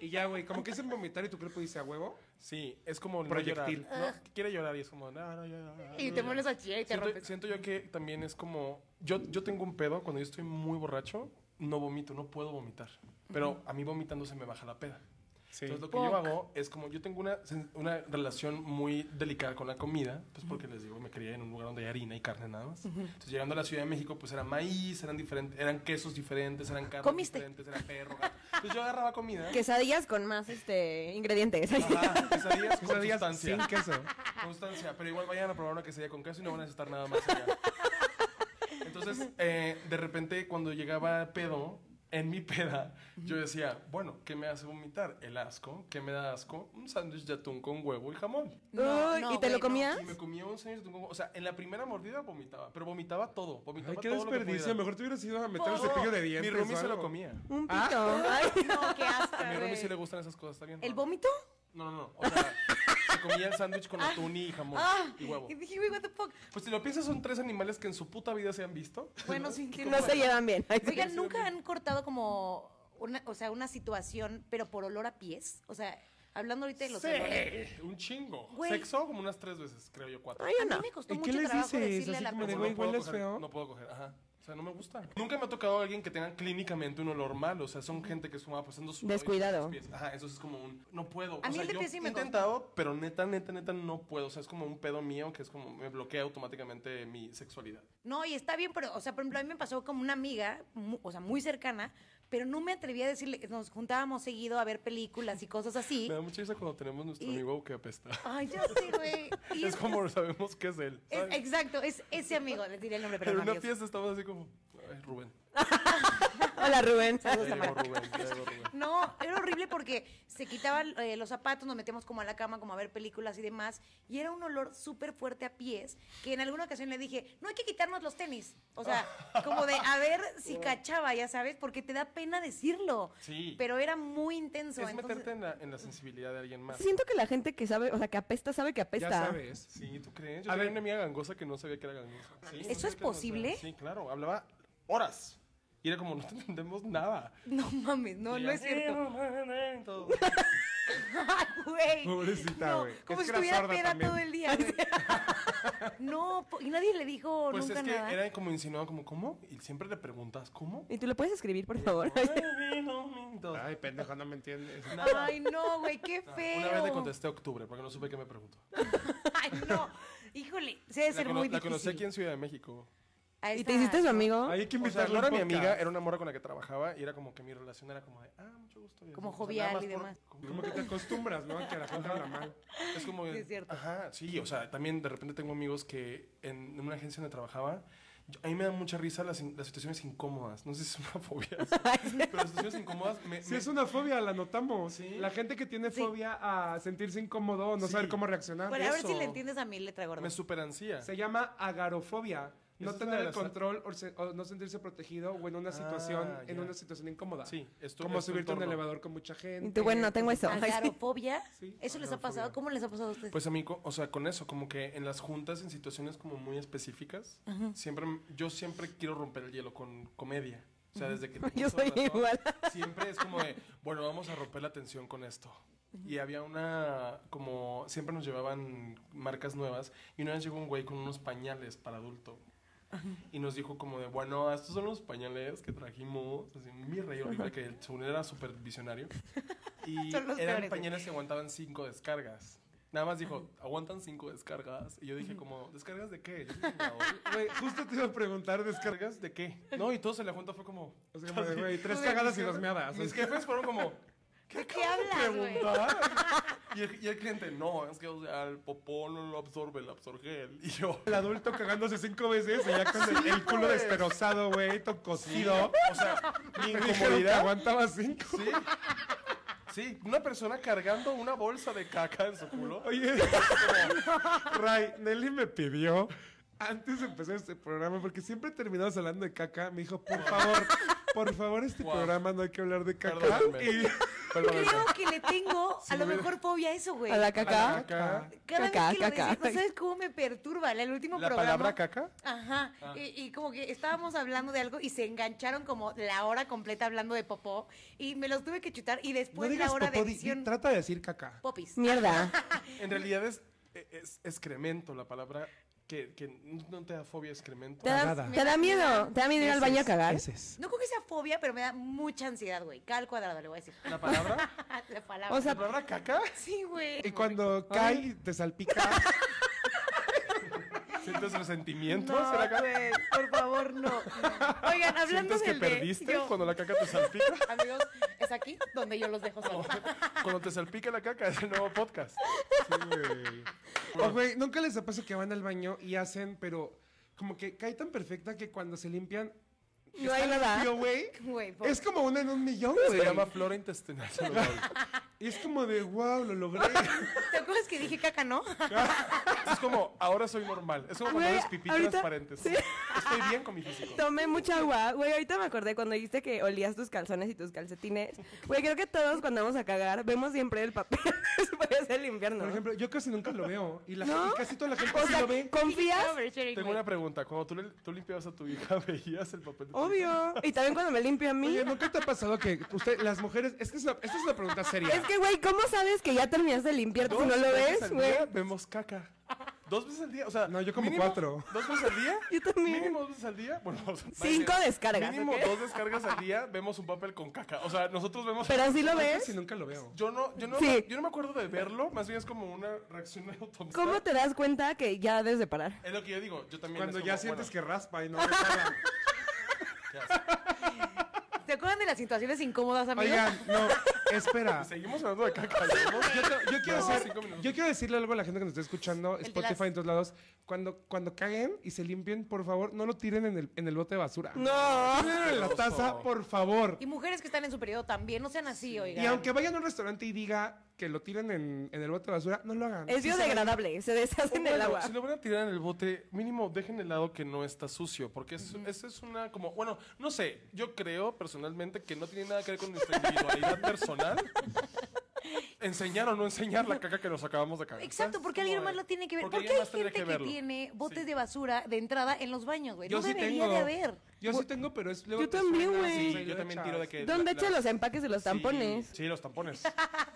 S5: y ya, güey, como que dicen vomitar y tu cuerpo dice a huevo.
S4: Sí, es como no
S5: Proyectil.
S4: llorar. No, quiere llorar y es como, no, no, ya, ya, ya,
S1: Ah. Y
S4: no
S1: te
S4: llorar".
S1: pones a chillar y te
S4: siento,
S1: rompes.
S4: siento yo que también es como, yo, yo tengo un pedo, cuando yo estoy muy borracho, no vomito, no puedo vomitar. Pero a mí vomitando se me baja la peda. Entonces lo que yo hago es como, yo tengo una, sen- una relación muy delicada con la comida, pues porque les digo, me crié en un lugar donde hay harina y carne nada más. Entonces llegando a la Ciudad de México, pues era maíz, eran diferentes, eran quesos diferentes, eran carnes
S1: ¿Comiste?
S4: diferentes, era perro, gato. Entonces yo agarraba comida.
S2: Quesadillas con más este ingredientes.
S4: Ajá, quesadillas con
S5: Quesadillas
S4: sustancia.
S5: sin queso.
S1: Ah.
S4: Constancia, pero igual vayan a probar una quesadilla con queso y no van a necesitar nada más allá. Entonces, eh, de repente, cuando llegaba pedo, en mi peda, yo decía, bueno, ¿qué me hace vomitar? El asco, ¿qué me da asco? Un sándwich de atún con huevo y jamón.
S1: No,
S2: Uy,
S1: no,
S2: ¿Y te lo
S1: güey, no.
S2: comías?
S4: Y me comía un sándwich de atún con huevo. O sea, en la primera mordida vomitaba, pero vomitaba todo. Vomitaba
S5: Ay, qué
S4: todo lo que
S5: desperdicio.
S4: pudiera.
S5: Mejor te hubieras ido a meter el
S4: No,
S5: cepillo de dientes.
S4: Mi roomie
S5: o
S4: se lo
S5: algo.
S4: comía.
S2: Un pito. Ay.
S1: No, qué asco,
S4: A mi roomie
S1: güey.
S4: sí le gustan esas cosas, ¿está bien?
S1: ¿El
S4: No,
S1: vómito?
S4: no, no. O sea, se comía el sándwich con atún y jamón
S1: Ah,
S4: y huevo.
S1: y dije, güey, what the fuck.
S4: Pues si lo piensas, son tres animales que en su puta vida se han visto.
S1: Bueno, sí, tiene
S2: No
S1: razón.
S2: se llevan bien. Ay, sí.
S1: Oigan, ¿nunca han cortado como una, o sea, una situación, pero por olor a pies? O sea, hablando ahorita de los olores.
S4: Sí, un chingo.
S1: Güey.
S4: Sexo como unas tres veces, creo yo, cuatro.
S2: Ay,
S1: A
S2: yo
S1: mí
S2: no.
S1: me costó
S5: ¿Y qué
S1: mucho
S5: les
S1: trabajo
S5: dices?
S1: decirle
S5: Así
S1: a la
S5: como de,
S1: persona.
S5: güey,
S4: puedo
S5: hueles
S4: coger,
S5: feo.
S4: No puedo coger, ajá. O sea, no me gusta. Nunca me ha tocado a alguien que tenga clínicamente un olor mal. O sea, son gente que suma pasando su pues,
S2: Descuidado.
S4: Ajá, eso es como un. No puedo.
S1: A
S4: o
S1: mí
S4: sea,
S1: el de
S4: yo
S1: pies sí me
S4: he
S1: costó.
S4: intentado, pero neta, neta, neta, no puedo. O sea, es como un pedo mío que es como. Me bloquea automáticamente mi sexualidad.
S1: No, y está bien, pero, o sea, por ejemplo, a mí me pasó como una amiga, mu- o sea, muy cercana, pero no me atreví a decirle, nos juntábamos seguido a ver películas y cosas así.
S4: Me da mucha risa cuando tenemos nuestro
S1: Y-
S4: amigo que apesta.
S1: Ay, ya sé, güey. Y
S4: es como sabemos que es él.
S1: es-
S4: ¿sabes?
S1: exacto, es ese amigo, les diré el nombre, pero
S4: Pero en
S1: no,
S4: una
S1: amigos.
S4: fiesta estamos así como. Ay, Rubén.
S2: Hola, Rubén.
S4: Ya llegó Rubén, ya llegó Rubén.
S1: No, era horrible porque se quitaban eh, los zapatos, nos metíamos como a la cama, como a ver películas y demás, y era un olor súper fuerte a pies, que en alguna ocasión le dije, no hay que quitarnos los tenis. O sea, como de a ver si cachaba, ya sabes, porque te da pena decirlo.
S4: Sí.
S1: Pero era muy intenso.
S4: Es
S1: entonces-
S4: meterte en la, en la sensibilidad de alguien más.
S2: Siento que la gente que sabe, o sea, que apesta, sabe que apesta.
S5: Ya sabes.
S4: Sí, ¿tú crees? Yo
S5: A
S4: a ver,
S5: ver.
S4: una amiga gangosa que no sabía que era gangosa. Sí,
S1: ¿Eso es
S4: no sabía que era
S1: posible?
S4: gangosa. Sí, claro. Hablaba horas. Y era como, no entendemos nada.
S1: No mames, no,
S4: Y
S1: no
S4: yo,
S1: es cierto.
S4: Todo.
S1: Ay, güey.
S5: Pobrecita,
S1: No,
S5: güey.
S1: como
S5: Es
S1: si
S5: que era
S1: estuviera
S5: sorda
S1: peda
S5: también.
S1: todo el día, güey. No, po- y nadie le dijo
S4: Pues
S1: nunca
S4: es que
S1: nada.
S4: era como insinuado, como, ¿cómo? Y siempre le preguntas, ¿cómo?
S2: ¿Y tú lo puedes escribir, por favor?
S4: Ay, no, minto.
S5: Ay, pendejo, no me entiendes.
S4: Nada.
S1: Ay, no, güey, qué feo.
S4: Una vez le contesté octubre, porque no supe qué me preguntó.
S1: Ay, no. Híjole, se debe
S4: La,
S1: ser
S4: cono-
S1: muy
S4: la
S1: difícil.
S4: conocí aquí en Ciudad de México.
S1: A
S2: ¿Y
S1: esa-
S2: te hiciste su amigo?
S5: Ay, hay que
S4: O sea,
S5: invitarlo
S4: no
S5: a
S4: era
S5: un
S4: mi amiga,
S5: podcast.
S4: era una morra con la que trabajaba y era como que mi relación era como de, ah, mucho gusto. y así.
S1: Como
S4: O sea, nada
S1: jovial
S4: más
S1: y
S4: por-
S1: demás.
S5: Como que te acostumbras, ¿no? A Que la gente habla mal.
S4: Es como.
S1: Sí, es cierto.
S4: Ajá, sí, o sea, también de repente tengo amigos que en, en una agencia donde trabajaba. yo- a mí me dan mucha risa las, in- las situaciones incómodas. No sé si es una fobia. eso, pero las situaciones incómodas me.
S5: Si
S4: me-
S5: es una fobia, la notamos.
S4: Sí.
S5: La gente que tiene fobia a sentirse incómodo o no
S4: Sí.
S5: saber cómo reaccionar.
S1: Bueno, a ver si
S4: eso.
S1: le entiendes a mi letra gorda.
S4: me superansía.
S5: Se llama agarofobia. No
S4: Esa es una
S5: tener
S4: de
S5: el
S4: las-
S5: control o, se- o no sentirse protegido o en una situación,
S4: Ah,
S5: en
S4: ya.
S5: una situación incómoda.
S4: Sí, es tu-
S5: Como
S4: es tu
S5: subirte a un
S4: entorno.
S5: elevador con mucha gente.
S2: Y tú, bueno, tengo eso.
S1: ¿Agorafobia?
S5: Sí,
S1: ¿Eso les ha
S5: agorafobia.
S1: pasado? ¿Cómo les ha pasado a ustedes?
S4: Pues a mí, co- o sea, con eso, como que en las juntas, en situaciones como muy específicas, siempre, yo siempre quiero romper el hielo con comedia. O sea, desde que tengo
S2: Yo
S4: uso de
S2: soy
S4: razón,
S2: igual.
S4: Siempre es como de, bueno, vamos a romper la tensión con esto. Y había una, como, siempre nos llevaban marcas nuevas. Y una vez llegó un güey con unos pañales para adulto. Y nos dijo como de, bueno, estos son los pañales que trajimos. Así, mi rey horrible, que según era súper visionario. Y
S1: Son los
S4: eran
S1: peores.
S4: pañales que aguantaban cinco descargas. Nada más dijo, aguantan cinco descargas. Y yo dije como, ¿descargas de qué? Yo soy diseñador.
S5: Güey, justo te iba a preguntar descarga.
S4: ¿Descargas de qué? No, y todos en la junta fue como...
S5: O sea, como de, güey, tres cagadas y dos meadas.
S4: Mis jefes fueron como,
S1: ¿De qué hablas, güey?
S4: preguntar. Y el, y el cliente, no, es que o sea, el popó no lo absorbe el absorgel. Y yo,
S5: El adulto cagándose cinco veces y ya con el, el culo
S1: pues.
S5: desperozado, güey, todo cocido.
S4: o sea, mi
S5: Me dijeron que
S4: incomodidad.
S5: aguantaba cinco.
S4: Sí, sí, una persona cargando una bolsa de caca en su culo.
S5: Oye, Ray, Nelly me pidió antes de empezar este programa, porque siempre terminamos hablando de caca, me dijo, por favor, por favor, este
S4: Wow.
S5: programa no hay que hablar de caca.
S4: Perdóname.
S5: Y-
S4: Perdóname.
S1: Creo que le tengo a lo
S4: me-
S1: mejor fobia a eso, güey.
S2: A la
S5: A la
S2: caca.
S5: caca.
S1: Cada
S2: Caca,
S1: vez que lo
S2: caca.
S1: decís, no sabes cómo me perturba. El último
S4: ¿La
S1: programa.
S4: palabra caca?
S1: Ajá.
S5: Ah.
S1: Y, y como que estábamos hablando de algo y se engancharon como la hora completa hablando de popó. Y me los tuve que chutar. Y después
S5: no digas
S1: la hora
S5: popó,
S1: de
S5: di-
S1: edición.
S5: trata de decir caca.
S1: Popis.
S2: Mierda.
S4: En realidad es, es excremento la palabra que, que no te da fobia excremento.
S2: ¿Te da,
S5: Cagada.
S2: te da miedo. Te da miedo ir al baño a cagar.
S5: Ese es.
S1: No creo que sea fobia, pero me da mucha ansiedad, güey. Cal cuadrado, le voy a decir.
S4: ¿La palabra?
S1: la palabra.
S2: O sea,
S4: ¿La palabra caca?
S1: sí, güey.
S5: Y cuando cae y te salpica,
S4: ¿Sientes resentimiento?
S1: No,
S4: ¿Será caca?
S1: güey, por favor, no. Oigan, hablando
S4: ¿Sientes que
S1: del de-
S4: perdiste
S1: yo-
S4: cuando la caca te salpica?
S1: Amigos, es aquí donde yo los dejo solos.
S4: Cuando te salpica la caca es el nuevo podcast.
S5: O, güey, nunca les ha pasado que van al baño y hacen, pero como que cae tan perfecta que cuando se limpian.
S2: No hay nada.
S5: Yo, güey.
S1: Güey, por-
S5: Es como una en un millón,
S4: Se
S5: güey.
S4: llama flora intestinal saludable.
S5: Y es como de, wow, lo logré.
S1: ¿Te acuerdas que dije caca, no?
S4: Es como, ahora soy normal. Es como cuando
S2: Güey,
S4: eres pipí
S2: ahorita-
S4: transparentes.
S2: sí.
S4: Estoy bien con mi físico.
S2: Tomé mucha agua. Güey, ahorita me acordé cuando dijiste que olías tus calzones y tus calcetines. Güey, creo que todos cuando vamos a cagar vemos siempre el papel después del invierno.
S5: Por ejemplo, yo casi nunca lo veo. Y, la,
S2: ¿No?
S5: y casi toda la gente
S2: o
S5: sí
S2: sea,
S5: lo ve.
S2: ¿confías?
S4: Tengo una pregunta. Cuando tú, le- tú limpiabas a tu hija, ¿veías el papel de tu hija?
S2: Obvio. Y también cuando me limpio a mí.
S5: Oye, ¿nunca te ha pasado que usted, las mujeres. Es que es una, esta es una pregunta seria.
S2: Es que, güey, ¿cómo sabes que ya terminaste de limpiar si no lo
S4: veces
S2: ves,
S4: al
S2: güey?
S4: día Vemos caca. Dos veces al día, o sea.
S5: No, yo como
S4: mínimo
S5: cuatro.
S4: ¿Dos veces al día?
S2: Yo también.
S4: Mínimo dos veces al día. Bueno, o sea,
S2: Cinco
S4: vaya,
S2: descargas,
S4: Mínimo
S2: ¿ok?
S4: dos descargas al día vemos un papel con caca. O sea, nosotros vemos.
S2: Pero si lo
S5: Yo
S2: ves.
S5: casi nunca lo veo.
S4: Yo no, yo no,
S2: Sí.
S4: yo no me acuerdo de verlo, más bien es como una reacción automática.
S2: ¿Cómo te das cuenta que ya debes de parar?
S4: Es lo que yo digo, yo también.
S5: Cuando
S4: es
S5: ya
S4: como,
S5: sientes
S4: bueno,
S5: que raspa y no te pagan.
S4: ¿qué haces?
S1: ¿Te acuerdan de las situaciones incómodas, amigos?
S5: Oigan, no, espera.
S4: Seguimos hablando de caca. ¿no?
S5: Yo, te- yo quiero
S4: No,
S5: hacer-
S4: cinco minutos.
S5: yo quiero decirle algo a la gente que nos está escuchando,
S1: de
S5: Spotify
S1: las-
S5: en todos lados. Cuando, cuando caguen y se limpien, por favor, no lo tiren en el, en el bote de basura.
S2: No.
S5: Tírenlo en la taza, por favor.
S1: Y mujeres que están en su periodo también, no sean así, oigan.
S5: Y aunque vayan a un restaurante y diga que lo tiren en, en el bote de basura, no lo hagan.
S2: Es
S5: Sí se va-
S2: biodegradable. Se deshace en el
S4: Bueno,
S2: agua.
S4: Si lo van a tirar en el bote, mínimo dejen el lado que no está sucio, porque es- esa es una como, bueno, no sé, yo creo personalmente que no tiene nada que ver con nuestra individualidad personal. Enseñar o no enseñar la caca que nos acabamos de cagar.
S1: Exacto,
S4: ¿sabes?
S1: porque
S4: Como
S1: alguien
S4: de-
S5: eh,
S1: más la tiene que ver.
S4: porque
S1: Porque,
S4: alguien
S1: hay
S4: más tendría
S1: gente que,
S4: verlo.
S1: tiene botes
S4: Sí.
S1: de basura de entrada en los baños, güey.
S5: Yo
S1: No
S5: sí
S1: debería
S5: tengo.
S1: de haber.
S5: Yo sí tengo, pero es luego
S2: Yo
S5: te
S2: también,
S5: suena,
S2: güey.
S5: o sea,
S4: Sí, yo
S5: lo
S4: también
S5: echas.
S4: tiro de que...
S2: ¿Dónde
S4: la-
S2: echan
S4: la-
S2: los empaques de los tampones?
S4: Sí, sí, los tampones.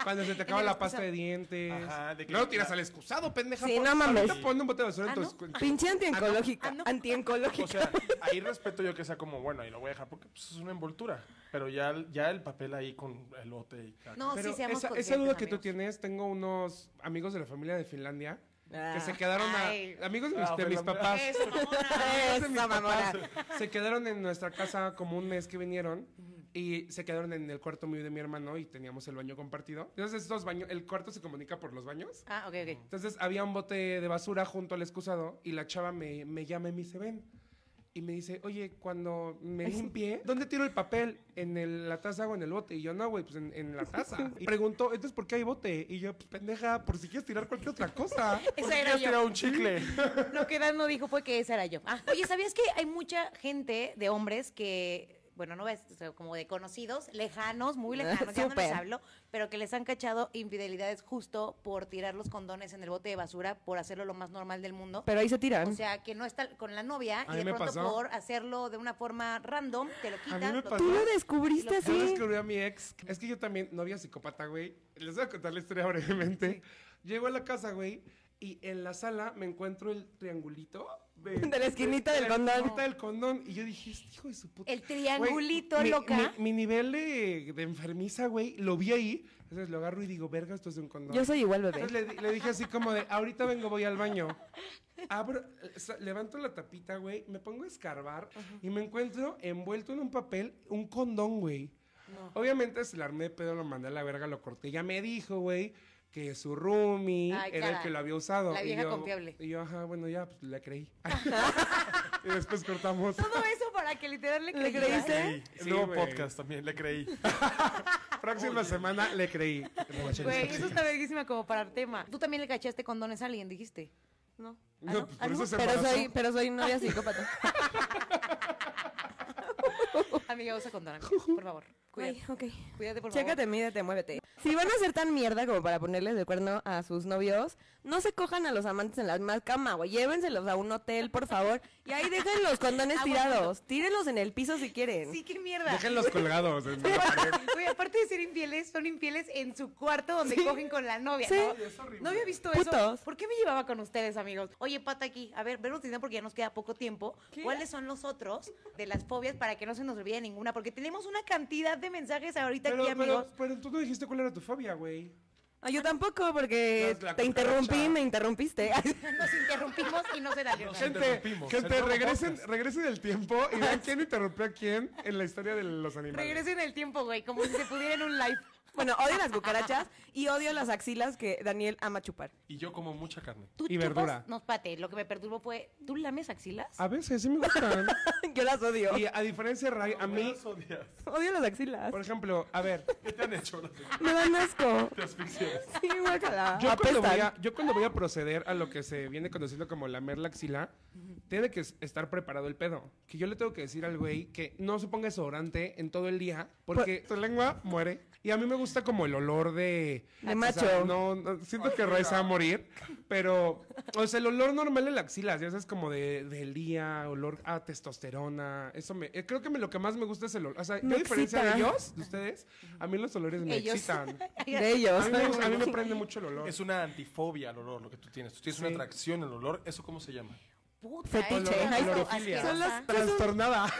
S5: Cuando se te acaba la pasta de dientes.
S4: Ajá, de que-
S5: no lo tiras al excusado, pendeja.
S2: Sí,
S5: pon-
S2: no mames.
S5: ahorita pon un bote de basura en
S1: Ah,
S5: tu
S1: ¿no?
S5: escu-
S2: Pinche antiecológica.
S1: Ah, no.
S2: Antiecológica.
S4: O sea, ahí respeto yo que sea como, bueno, y lo voy a dejar porque pues, es una envoltura, pero ya, ya el papel ahí con el bote y caca.
S1: No,
S5: Pero
S1: sí, seamos
S5: esa, esa
S1: conscientes,
S5: duda que tú
S1: amigos.
S5: tienes, tengo unos amigos de la familia de Finlandia
S2: Ah.
S5: que se quedaron a-
S1: Ay.
S5: amigos de mis,
S4: Ah,
S5: de mis
S4: Finlandia.
S5: papás.
S1: Eso, mamona.
S5: Amigos de mis
S2: Esa mamona.
S5: papás. Se quedaron en nuestra casa como un mes que vinieron y se quedaron en el cuarto mío y de mi hermano y teníamos el baño compartido. Entonces, esos baños, el cuarto se comunica por los baños.
S1: Ah, ok, ok.
S5: Entonces había un bote de basura junto al excusado y la chava me, me llama y me dice, ven. Y me dice, oye, cuando me limpie, ¿dónde tiro el papel? ¿En el- la taza o en el bote? Y yo, no, güey, pues en, en la taza. Y preguntó, ¿entonces por qué hay bote? Y yo, pues pendeja, por si quieres tirar cualquier otra cosa.
S1: Esa
S4: qué
S1: era
S4: has tirado
S1: yo.
S4: un chicle?
S1: Lo que Dan no dijo fue que esa era yo. Ah, oye, ¿sabías que hay mucha gente de hombres que, bueno, no ves, o sea, como de conocidos, lejanos, muy lejanos, ya no les
S2: Súper.
S1: hablo, pero que les han cachado infidelidades justo por tirar los condones en el bote de basura, por hacerlo lo más normal del mundo?
S2: Pero ahí se tiran.
S1: O sea, que no está con la novia
S5: A
S1: y
S5: mí
S1: de
S5: me
S1: pronto
S5: pasó.
S1: por hacerlo de una forma random, te lo quitan.
S5: me
S1: lo
S5: pasó.
S2: Tú lo
S1: tiras.
S2: descubriste
S1: Lo-
S5: Yo
S2: así.
S5: descubrí a mi ex. Es que yo también, novia psicópata, güey. Les voy a contar la historia brevemente. Llego a la casa, güey, y en la sala me encuentro el triangulito. De,
S2: De la esquinita del condón.
S5: La esquinita del condón. Y yo dije, "Este hijo de su puta.
S1: El triangulito,
S5: Güey, mi-
S1: loca.
S5: Mi, mi nivel de, de enfermiza, güey, lo vi ahí. Entonces lo agarro y digo, verga, esto es de un condón.
S2: Yo soy igual, bebé.
S5: Entonces le, di- le dije así como de, ahorita vengo, voy al baño. Abro, sa- levanto la tapita, güey, me pongo a escarbar y me encuentro envuelto en un papel un condón, güey. Obviamente se la armé de pedo, lo mandé a la verga, lo corté. Ya me dijo, güey, que su roomie
S1: Ay,
S5: era el
S1: caray.
S5: que lo había usado.
S1: La
S5: Y
S1: vieja
S5: yo-
S1: confiable.
S5: Y yo, ajá, bueno, ya, pues le creí. y después cortamos.
S1: Todo eso para que literal le
S2: ¿Le
S1: creyeras.
S2: creíste?
S4: Creí.
S5: Sí,
S4: Nuevo
S5: güey.
S4: podcast también, le creí.
S5: Próxima semana le creí.
S1: Güey, eso está verguísima como para el tema. Tú también le cachaste condones a alguien, dijiste.
S2: No.
S5: No, pues,
S1: Ah,
S5: por eso se
S2: Pero
S5: embarazó.
S2: soy, pero soy novia psicópata.
S1: Amiga, usa condón, amiga, por favor. Cuídate,
S2: Ay, ok.
S1: cuídate por favor.
S2: Chécate, mídete, muévete. Si van a ser tan mierda como para ponerles de cuerno a sus novios, no se cojan a los amantes en la misma cama, güey. Llévenselos a un hotel, por favor. Y ahí dejen los condones
S1: Ah, bueno.
S2: tirados. Tírenlos en el piso si quieren.
S1: Sí, qué mierda.
S5: Déjenlos colgados. en la pared.
S1: Güey, aparte de ser infieles, son infieles en su cuarto donde cogen con la novia,
S2: Sí.
S1: ¿no?
S5: Sí, es horrible.
S1: No había visto
S2: Putos.
S1: eso. ¿Por qué me llevaba con ustedes, amigos? Oye, pata aquí, a ver, vernos diciendo porque ya nos queda poco tiempo. ¿Cuáles son los otros de las fobias para que no se nos olvide ninguna? Porque tenemos una cantidad de mensajes ahorita
S5: Pero,
S1: aquí, amigos.
S5: pero, pero tú no dijiste cuál era tu fobia, güey.
S2: Ah, yo tampoco, porque
S5: No, la
S2: te interrumpí,
S5: cucaracha.
S2: me interrumpiste.
S1: Nos interrumpimos y no se la dieron.
S5: Gente,
S4: interrumpimos. El
S5: gente
S4: nuevo
S5: regresen,
S4: podcast.
S5: regresen el tiempo y vean quién interrumpió a quién en la historia de los animales.
S1: Regresen el tiempo, güey, como si se pudiera en un live.
S2: bueno, odio las cucarachas y odio las axilas que Daniel ama chupar.
S4: Y yo como mucha carne.
S1: ¿Tú
S5: Y
S1: chupas?
S5: verdura.
S1: No, espérate, lo que me perturbó fue, ¿tú lames axilas?
S5: A veces sí me gustan.
S2: yo las odio.
S5: y a diferencia de Ray, a mí,
S4: Buenos días.
S2: Odio las axilas.
S5: por ejemplo, a ver,
S4: ¿Qué te han hecho las
S2: Me dan asco.
S4: te asfixias?
S2: Sí, guácala.
S5: yo cuando, voy
S2: Apestan.
S5: a, yo cuando voy a proceder a lo que se viene conociendo como lamer la axila, tiene que es- estar preparado el pedo. Que yo le tengo que decir al güey que no se ponga desodorante en todo el día
S2: Pues,
S5: porque tu lengua muere. Y a mí me gusta como el olor de...
S2: De
S5: o
S2: macho.
S5: sea, no, no, siento que Ray se va a morir, pero... O sea, el olor normal de la axila, ya sabes, como de, del día, olor a testosterona. Eso me... eh, creo que me- lo que más me gusta es el olor. O sea,
S2: Me
S5: yo a diferencia de
S2: excita.
S5: ellos, de ustedes, a mí los olores me
S1: Ellos.
S5: excitan.
S2: De
S5: A
S2: ellos.
S5: mí, me, gusta- a mí me prende mucho el olor.
S4: Es una antifobia al olor lo que tú tienes. Tú tienes
S5: Sí.
S4: una atracción al olor. ¿¿Eso cómo se llama?
S1: Puta,
S2: Fetiche.
S1: eso es
S2: Ay,
S1: lo
S5: clorofilia.
S2: Son las-
S1: asquerosa.
S5: Trastornada.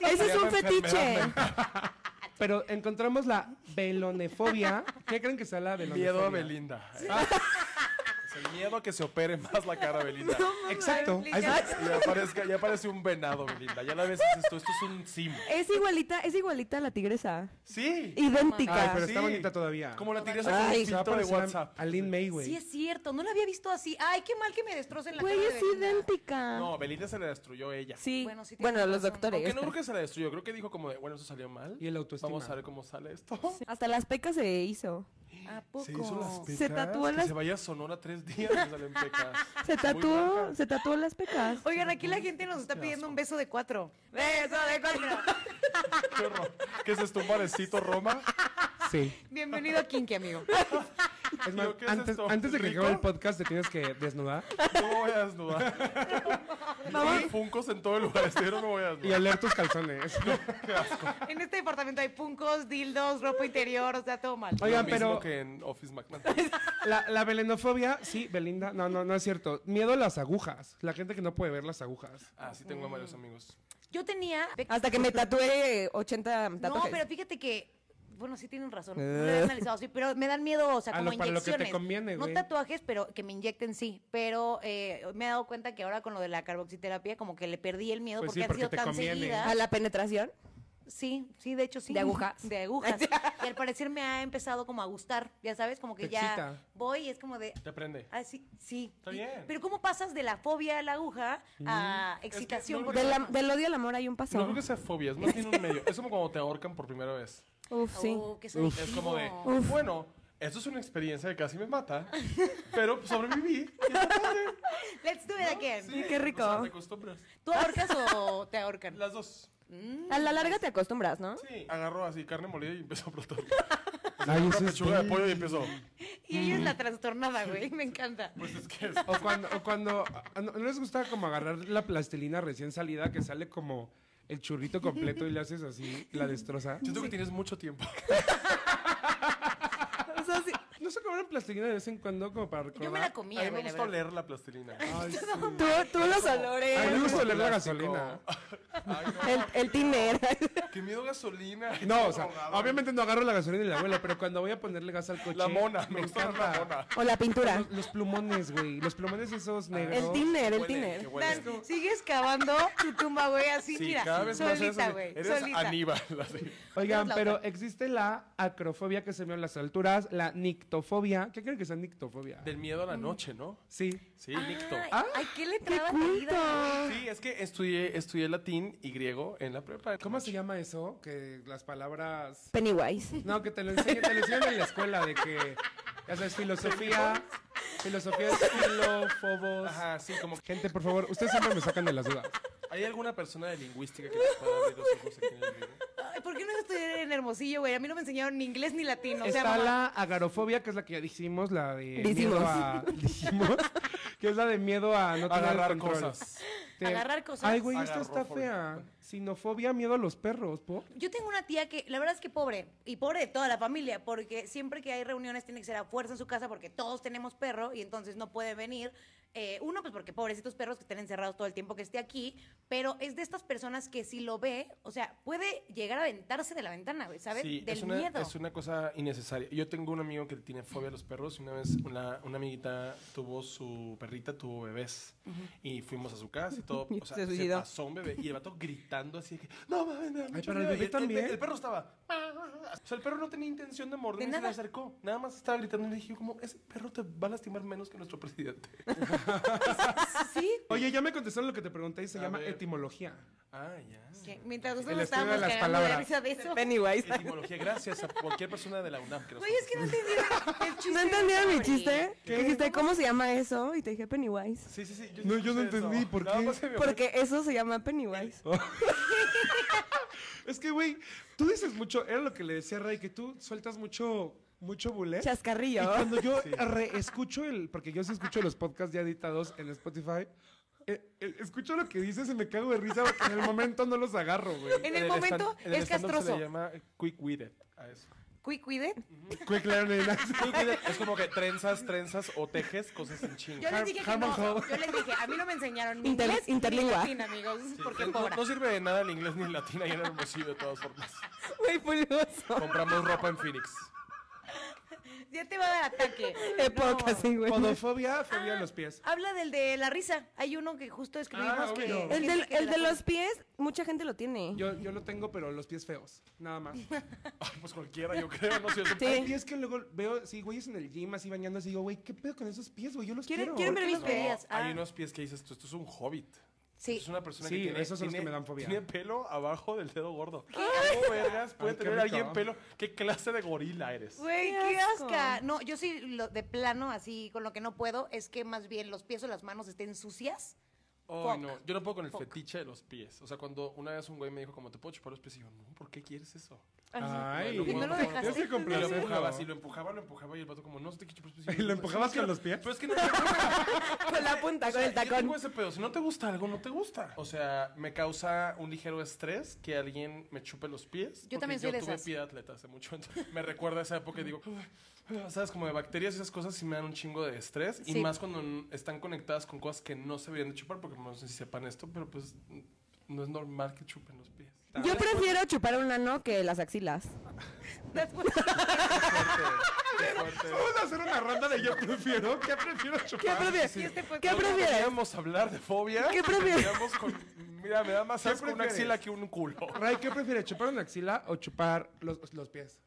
S2: Ese es
S4: llama
S2: un fetiche.
S4: enfermedad
S5: Pero encontramos la belonefobia. ¿Qué creen que sea la belonefobia?
S4: Miedo a Belinda. Es el miedo a que se opere más la cara a Belinda.
S5: Exacto. Ahí está.
S4: Y aparezca, ya parece un venado, Belinda. Ya la ves y dices tú, esto es un sim.
S2: Es igualita, es igualita a la tigresa.
S4: Sí.
S5: Ay,
S2: Idéntica.
S5: pero está
S4: Sí.
S5: bonita todavía.
S4: Como la tigresa con el
S5: Se va a
S4: filtro de
S5: parecer a-
S4: WhatsApp.
S5: A Lin May,
S1: Sí
S5: güey.
S1: es cierto, no la había visto así. Ay, qué mal que me destrocen la
S2: Güey,
S1: cara de
S2: es
S1: Belinda.
S5: Ah.
S2: idéntica.
S4: No, Belinda se la destruyó ella.
S2: Sí.
S1: Bueno, sí
S2: Bueno,
S1: tienes
S2: los
S1: razón.
S4: Aunque
S2: doctores.
S4: no creo que se la destruyó. Creo que dijo como de, bueno, eso salió mal.
S5: Y el autoestima.
S4: Vamos a ver cómo sale esto.
S2: Hasta las pecas se hizo.
S1: ¿A poco?
S4: Se hizo las pecas.
S2: Se tatuó
S4: que
S2: las-
S4: se vaya a Sonora tres días y salen pecas.
S2: Se
S4: Muy
S2: tatuó,
S4: bajas.
S2: se tatuó las pecas.
S1: Oigan, aquí la gente nos está pidiendo un beso de cuatro. Beso de cuatro.
S4: Qué horror. ¿Qué es esto? ¿Un barecito Roma?
S5: Sí.
S1: Bienvenido a Kinky, amigo.
S5: Es más,
S4: Digo, ¿qué es
S5: antes,
S4: esto?
S5: antes de que
S4: ¿Rico?
S5: acabe el podcast, te tienes que desnudar
S4: No me voy a desnudar. Hay funcos en todo el lugar. Este no me voy a
S5: y
S4: desnudar.
S5: oler tus calzones.
S1: En este departamento hay puncos, dildos, ropa interior, o sea, todo mal.
S5: Oigan,
S4: Lo mismo
S5: pero-
S4: que en Office McMahon.
S5: La, la belenofobia, sí, Belinda. No, no, no es cierto. Miedo a las agujas. La gente que no puede ver las agujas.
S4: Ah, sí tengo a varios amigos.
S1: Yo tenía...
S2: Hasta que me tatué 80
S1: No,
S2: tatuajes.
S1: pero fíjate que... Bueno, sí tienen razón. No lo he analizado, sí, pero me dan miedo, o sea,
S5: Eh. A
S1: como
S5: lo- para lo que
S1: inyecciones.
S5: te conviene,
S1: no
S5: güey.
S1: tatuajes, pero que me inyecten sí. Pero eh, me he dado cuenta que ahora con lo de la carboxiterapia, como que le perdí el miedo
S5: Pues
S1: porque
S5: sí,
S1: han
S5: porque
S1: sido
S5: te
S1: tan
S5: conviene.
S1: seguidas.
S2: ¿A la penetración?
S1: Sí, sí, de hecho sí.
S2: ¿De agujas?
S1: De agujas. y al parecer me ha empezado como a gustar, ya sabes, como que
S5: Te
S1: ya
S5: excita.
S1: voy y es como de...
S4: Te prende.
S1: Ah, sí, sí.
S4: Está
S1: Y-
S4: bien.
S1: Pero ¿cómo pasas de la fobia a la aguja a
S4: Es que
S1: excitación?
S4: no
S1: por
S2: Del,
S1: la-
S2: am- del odio al amor hay un paso.
S4: No creo que sea fobia, es más bien un medio. Es como cuando te ahorcan por primera vez.
S2: Uf, sí.
S1: Oh, que es
S4: Es
S1: adictivo.
S4: como de, bueno, esto es una experiencia que casi me mata, pero sobreviví. y está padre.
S1: Let's do it again.
S4: Sí,
S2: qué rico.
S4: o sea, te acostumbras.
S1: ¿Tú ahorcas o te ahorcan? Mm.
S4: Las dos.
S2: A la larga te acostumbras, ¿no?
S4: Sí, agarró así carne molida y empezó a brotar.
S5: Ay,
S4: Una
S5: eso Pues es
S4: pechuga de pollo y
S5: bello.
S4: empezó.
S1: Y ella es la trastornada, güey. Me encanta.
S4: Pues es que es.
S5: O cuando, o cuando ah, ¿no, no les gusta como agarrar la plastilina recién salida que sale como el churrito completo y le haces así, y la destroza.
S4: Siento que tienes mucho tiempo.
S2: O sea, sí.
S5: ¿No se acaban plastilina de vez en cuando como para recordar?
S1: Yo me la
S4: a
S1: comía,
S4: mí me
S1: güey, la
S4: gusta
S1: verdad.
S4: oler la plastilina.
S5: Ay, sí.
S2: Tú, tú los olores.
S5: A mí me gusta
S4: como
S5: oler la
S4: plástico.
S5: gasolina.
S4: Ay,
S2: El, el tiner.
S4: no, qué miedo gasolina.
S5: No, o sea,
S4: Ahogado.
S5: obviamente no agarro la gasolina y la abuela, pero cuando voy a ponerle gas al coche.
S4: La mona, me,
S5: me
S4: gusta oler la
S5: encanta.
S4: mona.
S2: O la pintura.
S5: Los, los plumones, güey. Los plumones esos
S4: Ah.
S5: negros.
S2: El tiner, el
S4: Huele, que
S2: tiner.
S4: huele.
S1: Dan, sigues cavando tu tumba, güey, así,
S4: Sí,
S1: mira,
S4: cada vez más
S1: solita,
S4: eres-
S1: güey,
S4: Eres
S1: solita.
S4: Aníbal. así.
S5: Oigan,
S1: la
S5: pero
S1: otra.
S5: existe la acrofobia que se ve en las alturas, la nictofobia. ¿Qué creen que sea nictofobia?
S4: Del miedo a la noche, ¿no?
S5: Sí.
S4: Sí, Nicto.
S1: Ay,
S5: Ah,
S1: ay, qué
S2: ¡Qué
S1: letrada
S2: culto!
S1: medida.
S4: Sí, es que estudié, estudié latín y griego en la prepa.
S5: ¿Cómo se llama eso? Que las palabras.
S2: Pennywise.
S5: No, que te lo enseñan, te lo enseñan en la escuela de que. Ya sabes, filosofía. Filosofía es filófobos.
S4: Ajá, sí, como que...
S5: Gente, por favor, ustedes siempre me sacan de las dudas.
S4: ¿Hay alguna persona de lingüística que nos pueda abrir los ojos aquí en el vivo?
S1: Ay, ¿Por qué no estudié en Hermosillo, güey? A mí no me enseñaron ni inglés ni latino. O sea,
S5: Está
S1: mamá,
S5: la agarofobia, que es la que ya dijimos, la de
S2: Dijimos.
S5: miedo a. Dijimos. Que es la de miedo a no tener
S4: Agarrar
S5: control.
S4: cosas.
S5: Te-
S1: Agarrar cosas.
S5: Ay, güey, esta está
S4: Agarrofobia.
S5: fea. Sinofobia, miedo a los perros, ¿por?
S1: Yo tengo una tía que, la verdad es que pobre, y pobre de toda la familia, porque siempre que hay reuniones tiene que ser a fuerza en su casa porque todos tenemos perro y entonces no puede venir. Eh, uno, pues porque pobrecitos perros que estén encerrados todo el tiempo que esté aquí, pero es de estas personas que si lo ve, o sea, puede llegar a aventarse de la ventana, güey, ¿sabes?
S4: Sí,
S1: Del
S4: es una,
S1: miedo.
S4: es una cosa innecesaria. Yo tengo un amigo que tiene fobia a los perros y una vez una, una amiguita tuvo su perrita, tuvo bebés y fuimos a su casa y todo.
S2: Y
S4: O sea,
S2: se
S4: se,
S2: suicidó.
S4: pasó un bebé y el vato gritando así de que, no mames, me da mucho
S5: pero el
S4: miedo". Y
S5: bebé también.
S4: El, perro estaba. "Ah". O sea, el perro no tenía intención de morder,
S1: De
S4: ni se le
S1: nada.
S4: acercó. Nada más estaba gritando y le dije, como, ese perro te va a lastimar menos que nuestro presidente.
S1: Sí,
S5: Oye, ya me contestaron lo que te pregunté y se
S4: A
S5: llama
S4: ver.
S5: etimología.
S4: Ah, ya.
S1: que mientras nosotros
S5: El
S1: nos
S5: estudio de
S1: estábamos
S5: las
S1: cagando de
S5: palabras.
S1: risa de eso.
S2: Pennywise.
S4: Etimología, gracias a cualquier persona de la UNAM que nos
S1: Güey, es que no entendieron el chiste.
S2: ¿No entendieron mi
S1: pobre.
S2: chiste? Que dijiste, ¿cómo se llama eso? Y te dije Pennywise.
S4: Sí, sí, sí.
S5: No, yo no
S4: escuché eso.
S5: entendí, ¿por
S4: Nada
S5: qué?
S4: más se me
S2: Porque eso se llama Pennywise.
S5: ¿Eh? Es que, güey, tú dices mucho, era lo que le decía a Ray, que tú sueltas mucho, mucho bullet. Y
S2: Chascarrillo.
S5: cuando yo reescucho el, porque yo sí escucho los podcasts ya editados en Spotify, eh, eh, escucho lo que dices y me cago de risa porque en el momento no los agarro, güey.
S1: En el momento
S4: stand- en el
S1: es
S4: stand-up Se
S1: castroso.
S4: le llama quick witted a eso.
S1: Quick, cuide.
S5: Güey, claro, no hay nada.
S4: Quick witted es como que trenzas, trenzas o tejes cosas en
S1: Yo
S4: chinga.
S5: Har-
S1: les dije que
S5: Harmon
S1: no.
S5: Hall.
S1: Yo les dije, a mí no me enseñaron ni
S2: Inter-
S1: inglés ni
S2: interlingua.
S1: latín, amigos. Porque
S4: No,
S1: pobre.
S4: no sirve de nada el inglés ni el latín ahí en Hermosillo de todas formas.
S2: Güey, furioso.
S4: Compramos ropa en Phoenix.
S1: Ya te va a dar ataque.
S2: Época,
S1: No.
S2: sí, güey.
S5: Podofobia, fobia a los pies.
S1: Habla del de la risa. Hay uno que justo escribimos
S5: Ah,
S1: que.
S5: obvio.
S2: El,
S1: gente
S2: del-
S1: que
S2: el
S1: la
S2: de
S1: pone.
S2: los pies, mucha gente lo tiene.
S5: Yo, yo lo tengo, pero los pies feos, nada más.
S4: Ay, pues cualquiera, yo creo, no sé.
S2: Sí.
S5: Hay pies que luego veo, sí, güeyes en el gym así bañándose y digo, güey, ¿qué pedo con esos pies, güey? Yo los
S2: ¿Quieren-
S5: quiero.
S2: quieren ver
S1: ¿Qué
S2: mis
S1: los
S2: pies?
S1: veías? Ah,
S4: Hay unos pies que dices, tú, esto es un hobbit.
S1: Sí.
S4: Es una persona
S5: Sí,
S4: que tiene,
S5: esos son los que
S4: tiene-
S5: me dan fobia.
S4: Tiene pelo abajo del dedo gordo. ¿Cómo vergas puede
S5: Ay, qué
S4: tener
S5: rico.
S4: alguien pelo? ¿Qué clase de gorila eres?
S1: Güey,
S2: Qué
S1: qué
S2: asco.
S1: asca. No, yo sí, lo de plano, así, con lo que no puedo, es que más bien los pies o las manos estén sucias.
S4: Ay,
S1: Fuck.
S4: no, yo no puedo con el
S1: Fuck.
S4: fetiche de los pies. O sea, cuando una vez un güey me dijo, como te puedo chupar los pies, y yo, no, ¿por qué quieres eso?
S5: Ay,
S4: Bueno,
S1: Y no lo
S4: bueno,
S1: dejaste.
S5: tienes que
S4: Y lo
S5: complacerlo.
S4: empujaba así, lo empujaba, lo empujaba, y el vato, como, no, te quiero chupar los pies.
S5: ¿Y lo empujabas
S4: Sí,
S5: con
S4: quiero-
S5: los pies?
S4: Pero es que no. Con
S2: Con la
S1: Ah,
S2: punta, con el
S4: Yo tengo
S2: tacón.
S4: ese pedo. Si no te gusta algo, no te gusta. O sea, me causa un ligero estrés que alguien me chupe los pies. porque
S1: también soy
S4: yo
S1: de
S4: tuve
S1: esas.
S4: pie de atleta hace mucho. entonces, me recuerda a esa época y digo, "Ugh, ugh", ¿sabes? Como de bacterias y esas cosas sí me dan un chingo de estrés. Y
S1: Sí.
S4: más cuando n- están conectadas con cosas que no se deberían de chupar, porque no sé si sepan esto, pero pues n- no es normal que chupen los pies.
S2: Yo prefiero chupar un ano que las axilas.
S4: Qué fuerte.
S5: Vamos a hacer una ronda de yo prefiero, ¿qué prefiero
S2: ¿Qué
S5: chupar?
S2: prefieres?
S1: Y este fue-
S2: ¿Qué
S4: No
S2: prefieres?
S4: deberíamos hablar de fobia.
S2: ¿Qué prefieres?
S4: Deberíamos con
S7: Mira, me da más
S4: ¿Qué
S7: asco una
S4: prefieres?
S7: axila que un culo.
S5: Ray, ¿qué prefieres? ¿Chupar una axila o chupar los, los pies?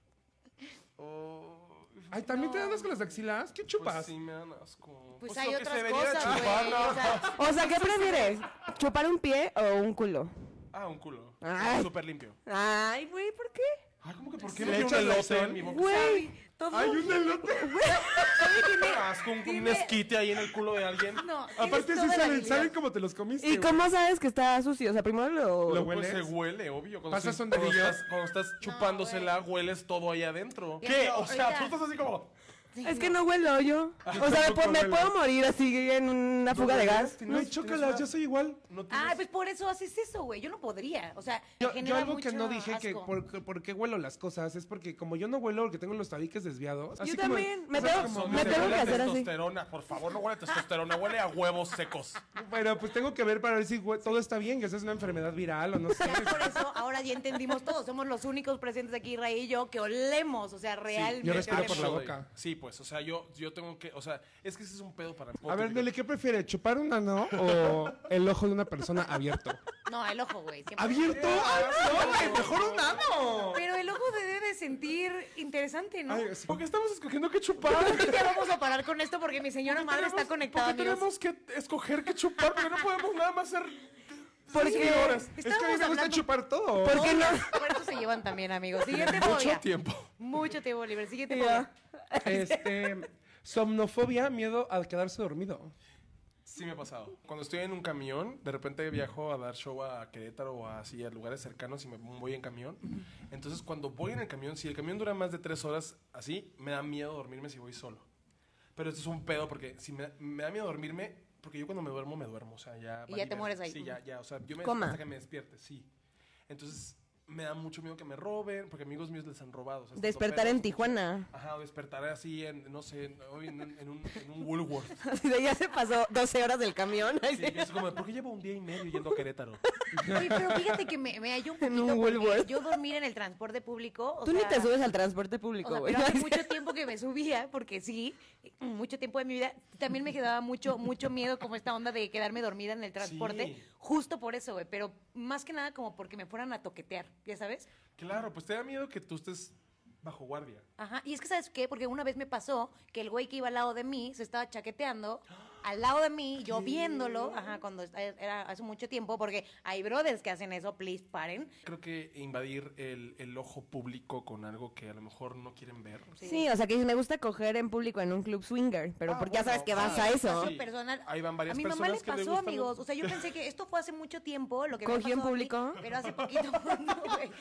S7: Oh,
S5: Ay, ¿también te dan asco las axilas? ¿Qué
S4: Pues
S5: chupas?
S4: sí, me dan asco.
S1: Pues,
S7: Pues
S1: hay
S7: lo que se
S1: otras
S7: debería
S1: cosas,
S7: chupar,
S1: güey.
S7: ¿no?
S1: O sea,
S2: O sea, ¿qué prefieres? ¿Chupar un pie o un culo?
S4: Ah, un culo.
S2: Ay.
S4: Súper limpio.
S2: Ay, güey, ¿por qué?
S4: Ah, ¿cómo que por qué
S7: Le
S4: metió
S7: echo
S4: un elote
S7: elote.
S4: en mi boca?
S2: Güey, todo.
S5: Hay un elote.
S4: Qué asco, un, un
S1: Dime-
S4: esquite ahí en el culo de alguien.
S1: no, tienes
S5: Aparte, sí
S1: toda la
S5: saben,
S1: habilidad.
S5: saben cómo te los comiste.
S2: ¿Y
S5: güey.
S2: cómo sabes que está sucio? O sea, primero lo.
S5: Lo
S4: Pues
S5: hueles.
S4: se huele, obvio. Cuando
S5: Pasas
S4: estás-
S5: sonderillos.
S4: Cuando estás, cuando estás chupándosela, hueles todo ahí adentro.
S1: Ya,
S4: ¿Qué?
S1: pero
S4: O sea,
S1: ahorita-
S4: tú estás así como...
S2: es que no huelo yo. O sea, me,
S5: tampoco
S2: pu- me
S5: huelo.
S2: puedo morir así en una fuga de gas.
S5: No hay chócalas, yo soy igual.
S4: No tienes-
S1: Ah, pues por eso haces eso, güey. Yo no podría. O sea,
S5: Yo, yo
S1: genera
S5: algo que
S1: mucho
S5: no dije que
S1: asco.
S5: por, qué- por qué huelo las cosas es porque como yo no huelo porque tengo los tabiques desviados. así como-
S2: también, me
S5: o sea,
S2: tengo-
S5: como-
S2: me
S4: Te
S2: tengo
S4: huele
S2: que
S4: a
S2: hacer así.
S4: testosterona. Por favor, no huele a testosterona. Huele a huevos secos.
S5: Pero pues tengo que ver para ver si güey, todo está bien, que esa es una enfermedad viral o no sé.
S1: Ya por eso ahora ya entendimos todos. Somos los únicos presentes aquí, Ray y yo, que olemos. O sea, realmente.
S5: yo respiro
S1: olemos.
S5: por la
S4: Eso de-
S5: boca.
S4: Sí, pues, o sea, yo, yo tengo que... O sea, es que ese es un pedo para...
S5: A ver, Nelly, ¿qué prefiere? ¿Chupar un ano o el ojo de una persona abierto?
S1: No, el ojo, güey. siempre.
S5: ¿Abierto? ¡Ay, no, güey! ¡Mejor un ano!
S1: Pero el ojo te debe de sentir interesante, ¿no?
S5: Ay, sí.
S4: ¿Por qué estamos escogiendo qué chupar?
S1: Ya vamos a parar con esto porque mi señora madre está conectada,
S4: porque
S1: amigos.
S4: tenemos que escoger qué chupar, pero no podemos nada más ser
S2: Porque.
S5: Es que a mí me gusta
S1: hablando-
S5: chupar todo.
S2: ¿Por qué no?
S1: Por eso se llevan también, amigos. Siguiente
S4: mucho
S1: fobia.
S4: tiempo.
S1: Mucho tiempo libre. Siguiente
S2: Ya.
S1: fobia.
S5: Este, somnofobia, miedo al quedarse dormido.
S4: Sí me ha pasado. Cuando estoy en un camión, de repente viajo a dar show a Querétaro o así a lugares cercanos y me voy en camión. Entonces cuando voy en el camión, si el camión dura más de tres horas así, me da miedo dormirme si voy solo. Pero esto es un pedo porque si me, me da miedo dormirme, porque yo cuando me duermo, me duermo. O sea, ya...
S1: Y ya
S4: valí
S1: te
S4: verga.
S1: mueres ahí.
S4: Sí, ya, ya. O sea, yo me
S2: Coma.
S4: hasta que me despierte, sí. Entonces me da mucho miedo que me roben, porque amigos míos les han robado. o sea, estando
S2: Despertar
S4: pedos,
S2: en Tijuana.
S4: Ajá, o despertaré así en, no sé, en, hoy en un, en un, en un Woolworth.
S2: Así de, ya se pasó 12 horas del camión.
S4: Sí, y es como, ¿por qué llevo un día y medio yendo a Querétaro?
S1: Oye, pero fíjate que me, me hallo un poquito
S2: un
S1: porque
S2: Woolworth.
S1: yo dormir en el transporte público. o
S2: Tú ni
S1: sea,
S2: te subes al transporte
S1: o
S2: público,
S1: sea,
S2: güey.
S1: pero hace mucho tiempo que me subía, porque sí, mucho tiempo de mi vida. También me quedaba mucho, mucho miedo como esta onda de quedarme dormida en el transporte.
S4: Sí.
S1: Justo por eso, güey. Pero más que nada como porque me fueran a toquetear, ¿ya sabes?
S4: Claro, pues te da miedo que tú estés bajo guardia.
S1: Ajá, y es que ¿sabes qué? Porque una vez me pasó que el güey que iba al lado de mí se estaba chaqueteando al lado de mí, yo viéndolo, ajá, cuando est- era hace mucho tiempo, porque hay brothers que hacen eso, please paren.
S4: Creo que invadir el, el ojo público con algo que a lo mejor no quieren ver.
S2: Sí, o sea, que dices, me gusta coger en público en un club swinger, pero
S4: Ah,
S2: porque ya sabes
S4: bueno,
S2: que
S4: ah,
S2: vas a eso.
S4: sí.
S1: personal.
S4: Ahí van varias
S1: a mi mamá
S4: personas
S1: le
S4: que le
S1: pasó,
S4: gustan
S1: amigos.
S4: los-
S1: O sea, yo pensé que esto fue hace mucho tiempo, lo que me
S2: ¿Cogió en
S1: pasó a mí,
S2: público?
S1: pero hace poquito. no, güey.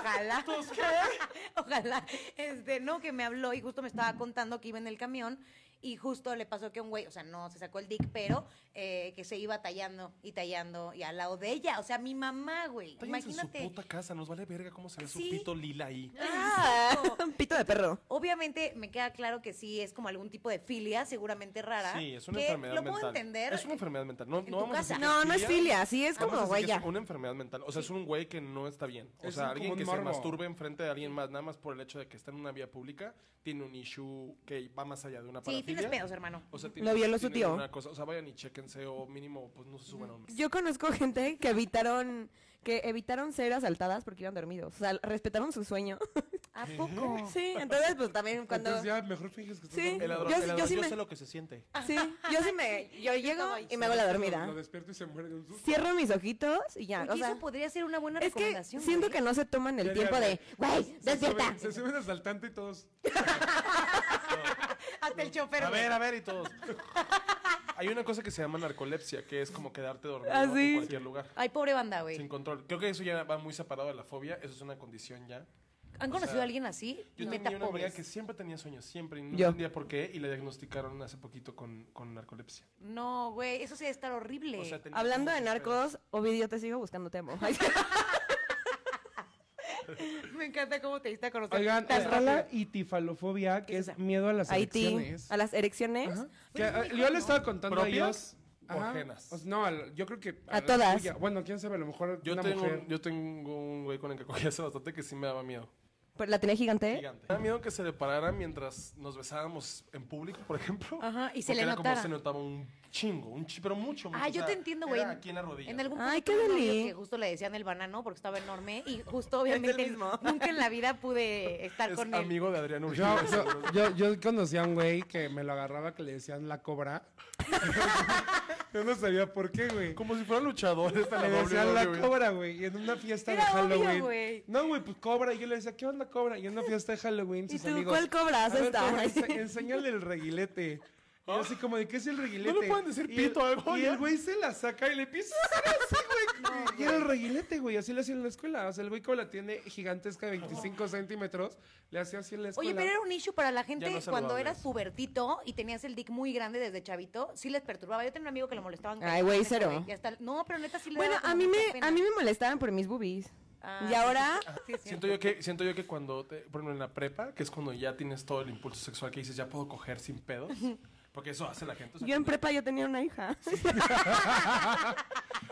S1: Ojalá. Ojalá. Este, no, que me habló y justo me estaba contando que iba en el camión y justo le pasó que un güey, o sea, no se sacó el dick, pero eh, que se iba tallando y tallando y al lado de ella. O sea, mi mamá, güey.
S4: Váyanse en su
S1: Imagínate.
S4: puta casa, nos vale verga cómo se ve
S1: Sí.
S4: su pito lila ahí.
S2: Ah, un pito de perro.
S1: Obviamente me queda claro que sí es como algún tipo de filia, seguramente rara.
S4: Sí, es una
S1: que
S4: enfermedad
S1: lo
S4: mental.
S1: puedo entender.
S4: Es una enfermedad mental. No,
S1: en
S4: no
S1: tu
S4: vamos a decir
S1: casa.
S2: No,
S4: que
S2: no es filia, sí es
S4: Vamos a
S2: como
S4: decir que
S2: huella.
S4: Es una enfermedad mental. O sea, es un güey que no está bien. O
S5: Es
S4: sea,
S5: un-
S4: alguien
S5: como un
S4: que se
S5: morbo.
S4: masturbe enfrente de alguien más, nada más por el hecho de que está en una vía pública, tiene un issue que va más allá de una
S1: Sí,
S4: parafilia.
S1: tienes pedos, hermano.
S4: O sea,
S2: Lo violó su
S4: tienen
S2: tío.
S4: una cosa. O sea, vayan y chéquense o mínimo, pues no se suban a un...
S2: Yo conozco gente que evitaron que evitaron ser asaltadas porque iban dormidos. O sea, respetaron su sueño.
S1: ¿A poco?
S2: Sí, entonces pues también cuando
S5: Entonces ya mejor finges que estás
S2: Sí.
S5: dormido.
S4: El ladrón,
S2: Yo sí-
S4: el
S2: yo
S4: ladrón,
S2: sí
S4: yo
S2: me-
S4: sé lo que se siente.
S2: Sí, yo sí me yo llego y me hago la
S5: Lo
S2: dormida.
S5: despierto y se muere de un susto.
S2: Cierro mis ojitos y ya,
S1: Oye,
S2: o sea,
S1: eso podría ser una buena
S2: es que
S1: recomendación.
S2: siento
S1: güey.
S2: que no se toman el
S5: Ya,
S2: tiempo
S5: ya,
S2: de, güey,
S5: Se
S2: despierta.
S5: suben- Se suben asaltante y todos.
S1: Hasta el chofer.
S4: A
S1: güey.
S4: ver, a ver, y todos. Hay una cosa que se llama narcolepsia, que es como quedarte dormido
S2: Ah, sí.
S4: en cualquier lugar.
S1: Ay, pobre banda, güey.
S4: Sin control. Creo que eso ya va muy separado de la fobia. Eso es una condición ya.
S1: ¿Han conocido
S4: sea,
S1: a alguien así?
S4: Yo
S1: Neta,
S4: tenía una amiga
S1: pobres.
S4: que siempre tenía sueños, siempre, y no
S2: Yo.
S4: entendía por qué, y la diagnosticaron hace poquito con, con narcolepsia.
S1: No, güey, eso sí debe estar horrible.
S4: O sea, tenía
S2: Hablando
S4: como
S2: de
S4: muchos pedos.
S2: narcos, Ovidio te sigo buscando te amo.
S1: Me encanta cómo te diste a conocer.
S5: Oigan,
S1: tan
S5: está
S1: rápido.
S5: la itifalofobia, que es miedo a las
S2: Haití,
S5: adicciones.
S2: a las erecciones.
S5: Que, ah, yo le estaba contando a
S4: ¿Propias
S5: ellos.
S4: o
S5: Ajá.
S4: ajenas?
S5: O sea, no, al- yo creo que.
S2: A
S5: la
S2: todas.
S5: suya. Bueno, quién sabe, a lo mejor
S4: Yo
S5: una
S4: tengo,
S5: mujer.
S4: yo tengo un güey con el que cogí hace bastante que sí me daba miedo.
S2: Pues, ¿La tenía gigante?
S4: Gigante. Me da miedo que se le parara mientras nos besábamos en público, por ejemplo.
S1: Ajá, y se
S4: porque
S1: le
S4: era
S1: notara.
S4: como se notaba un chingo, un chi, pero mucho, mucho.
S1: Ah,
S4: o
S1: yo
S4: sea,
S1: te entiendo, güey.
S4: era aquí en la rodilla.
S1: En algún
S2: Ay,
S1: punto
S2: qué
S1: tuve novios
S2: deli.
S1: que justo le decían el banano porque estaba enorme y justo obviamente nunca en la vida pude estar
S4: Es
S1: con él.
S4: amigo de Adrián Uribe.
S5: Yo, yo, yo, yo conocí a un güey que me lo agarraba que le decían la cobra. yo no sabía por qué, güey.
S4: Como si fuera luchador. esta
S5: Le
S4: la E.
S5: decían la
S4: WWE.
S5: cobra, güey. Y en una fiesta
S1: Era
S5: de
S1: obvio,
S5: Halloween.
S1: güey.
S5: No, güey, pues cobra. Y yo le decía, ¿qué onda cobra? Y en una fiesta de Halloween.
S2: ¿Y
S5: sus
S2: tú
S5: amigos,
S2: cuál cobra
S5: "A
S2: has
S5: ver,
S2: estado?"
S5: cobra, ense- enséñale el reguilete. Y yo así como, ¿de qué es el reguilete?
S4: ¿Ah? ¿No le pueden decir
S5: Y
S4: pito o
S5: el-
S4: algo,
S5: Y
S4: ya?
S5: el güey se la saca y le empieza a hacer así, güey. y era el reguilete, güey. Así le hacían en la escuela. O sea, el güey con la tiene gigantesca de 25 centímetros. Le hacía así en la escuela.
S1: Oye, pero era un issue para la gente
S4: Ya no es
S1: cuando
S4: saludable.
S1: eras pubertito y tenías el dick muy grande desde chavito, sí les perturbaba. Yo tenía un amigo que lo molestaban. con
S2: Ay, güey,
S1: ese
S2: cero.
S1: güey, y hasta- no, pero neta sí le
S2: Bueno,
S1: daba como
S2: a mí,
S1: mucha
S2: me,
S1: pena.
S2: a mí me molestaban por mis boobies.
S1: Ah,
S2: y ahora,
S1: Sí, es cierto.
S4: Siento yo, que, siento yo que cuando, te, por ejemplo, en la prepa, que es cuando ya tienes todo el impulso sexual que dices, ya puedo coger sin pedos. Porque eso hace la gente. O sea,
S2: yo en
S4: cuando-
S2: prepa yo tenía una hija.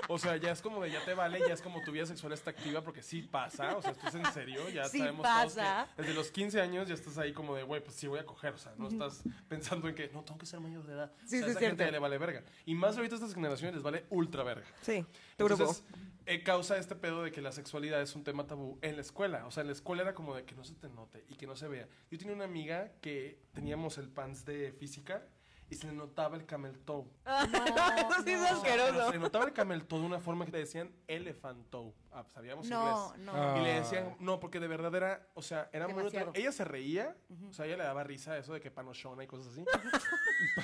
S4: o sea, ya es como de ya te vale, ya es como tu vida sexual está activa porque sí pasa. O sea, esto es en serio. Ya
S1: Sí
S4: sabemos
S1: pasa.
S4: todos que desde los 15 años ya estás ahí como de, güey, pues sí voy a coger. O sea, no estás pensando en que no tengo que ser mayor de edad.
S1: Sí,
S4: o sea,
S1: sí,
S4: esa
S1: es
S4: gente
S1: cierto.
S4: ya le vale verga. Y más ahorita a estas generaciones les vale ultra verga.
S2: Sí,
S4: Entonces, eh, causa este pedo de que la sexualidad es un tema tabú en la escuela. O sea, en la escuela era como de que no se te note y que no se vea. Yo tenía una amiga que teníamos el pants de física y se le notaba el camel toe.
S2: Eso sí es
S4: Pero
S2: asqueroso.
S4: se
S1: Oh.
S4: le notaba el camel toe de una forma que le decían elephant toe. Ah, pues, sabíamos
S1: No,
S4: inglés.
S1: no.
S5: Ah.
S4: Y le decían, no, porque de verdad era, o sea, era muy
S1: Demasiado.
S4: otro- Ella se reía, o sea, ella le daba risa eso de que panoshona y cosas así.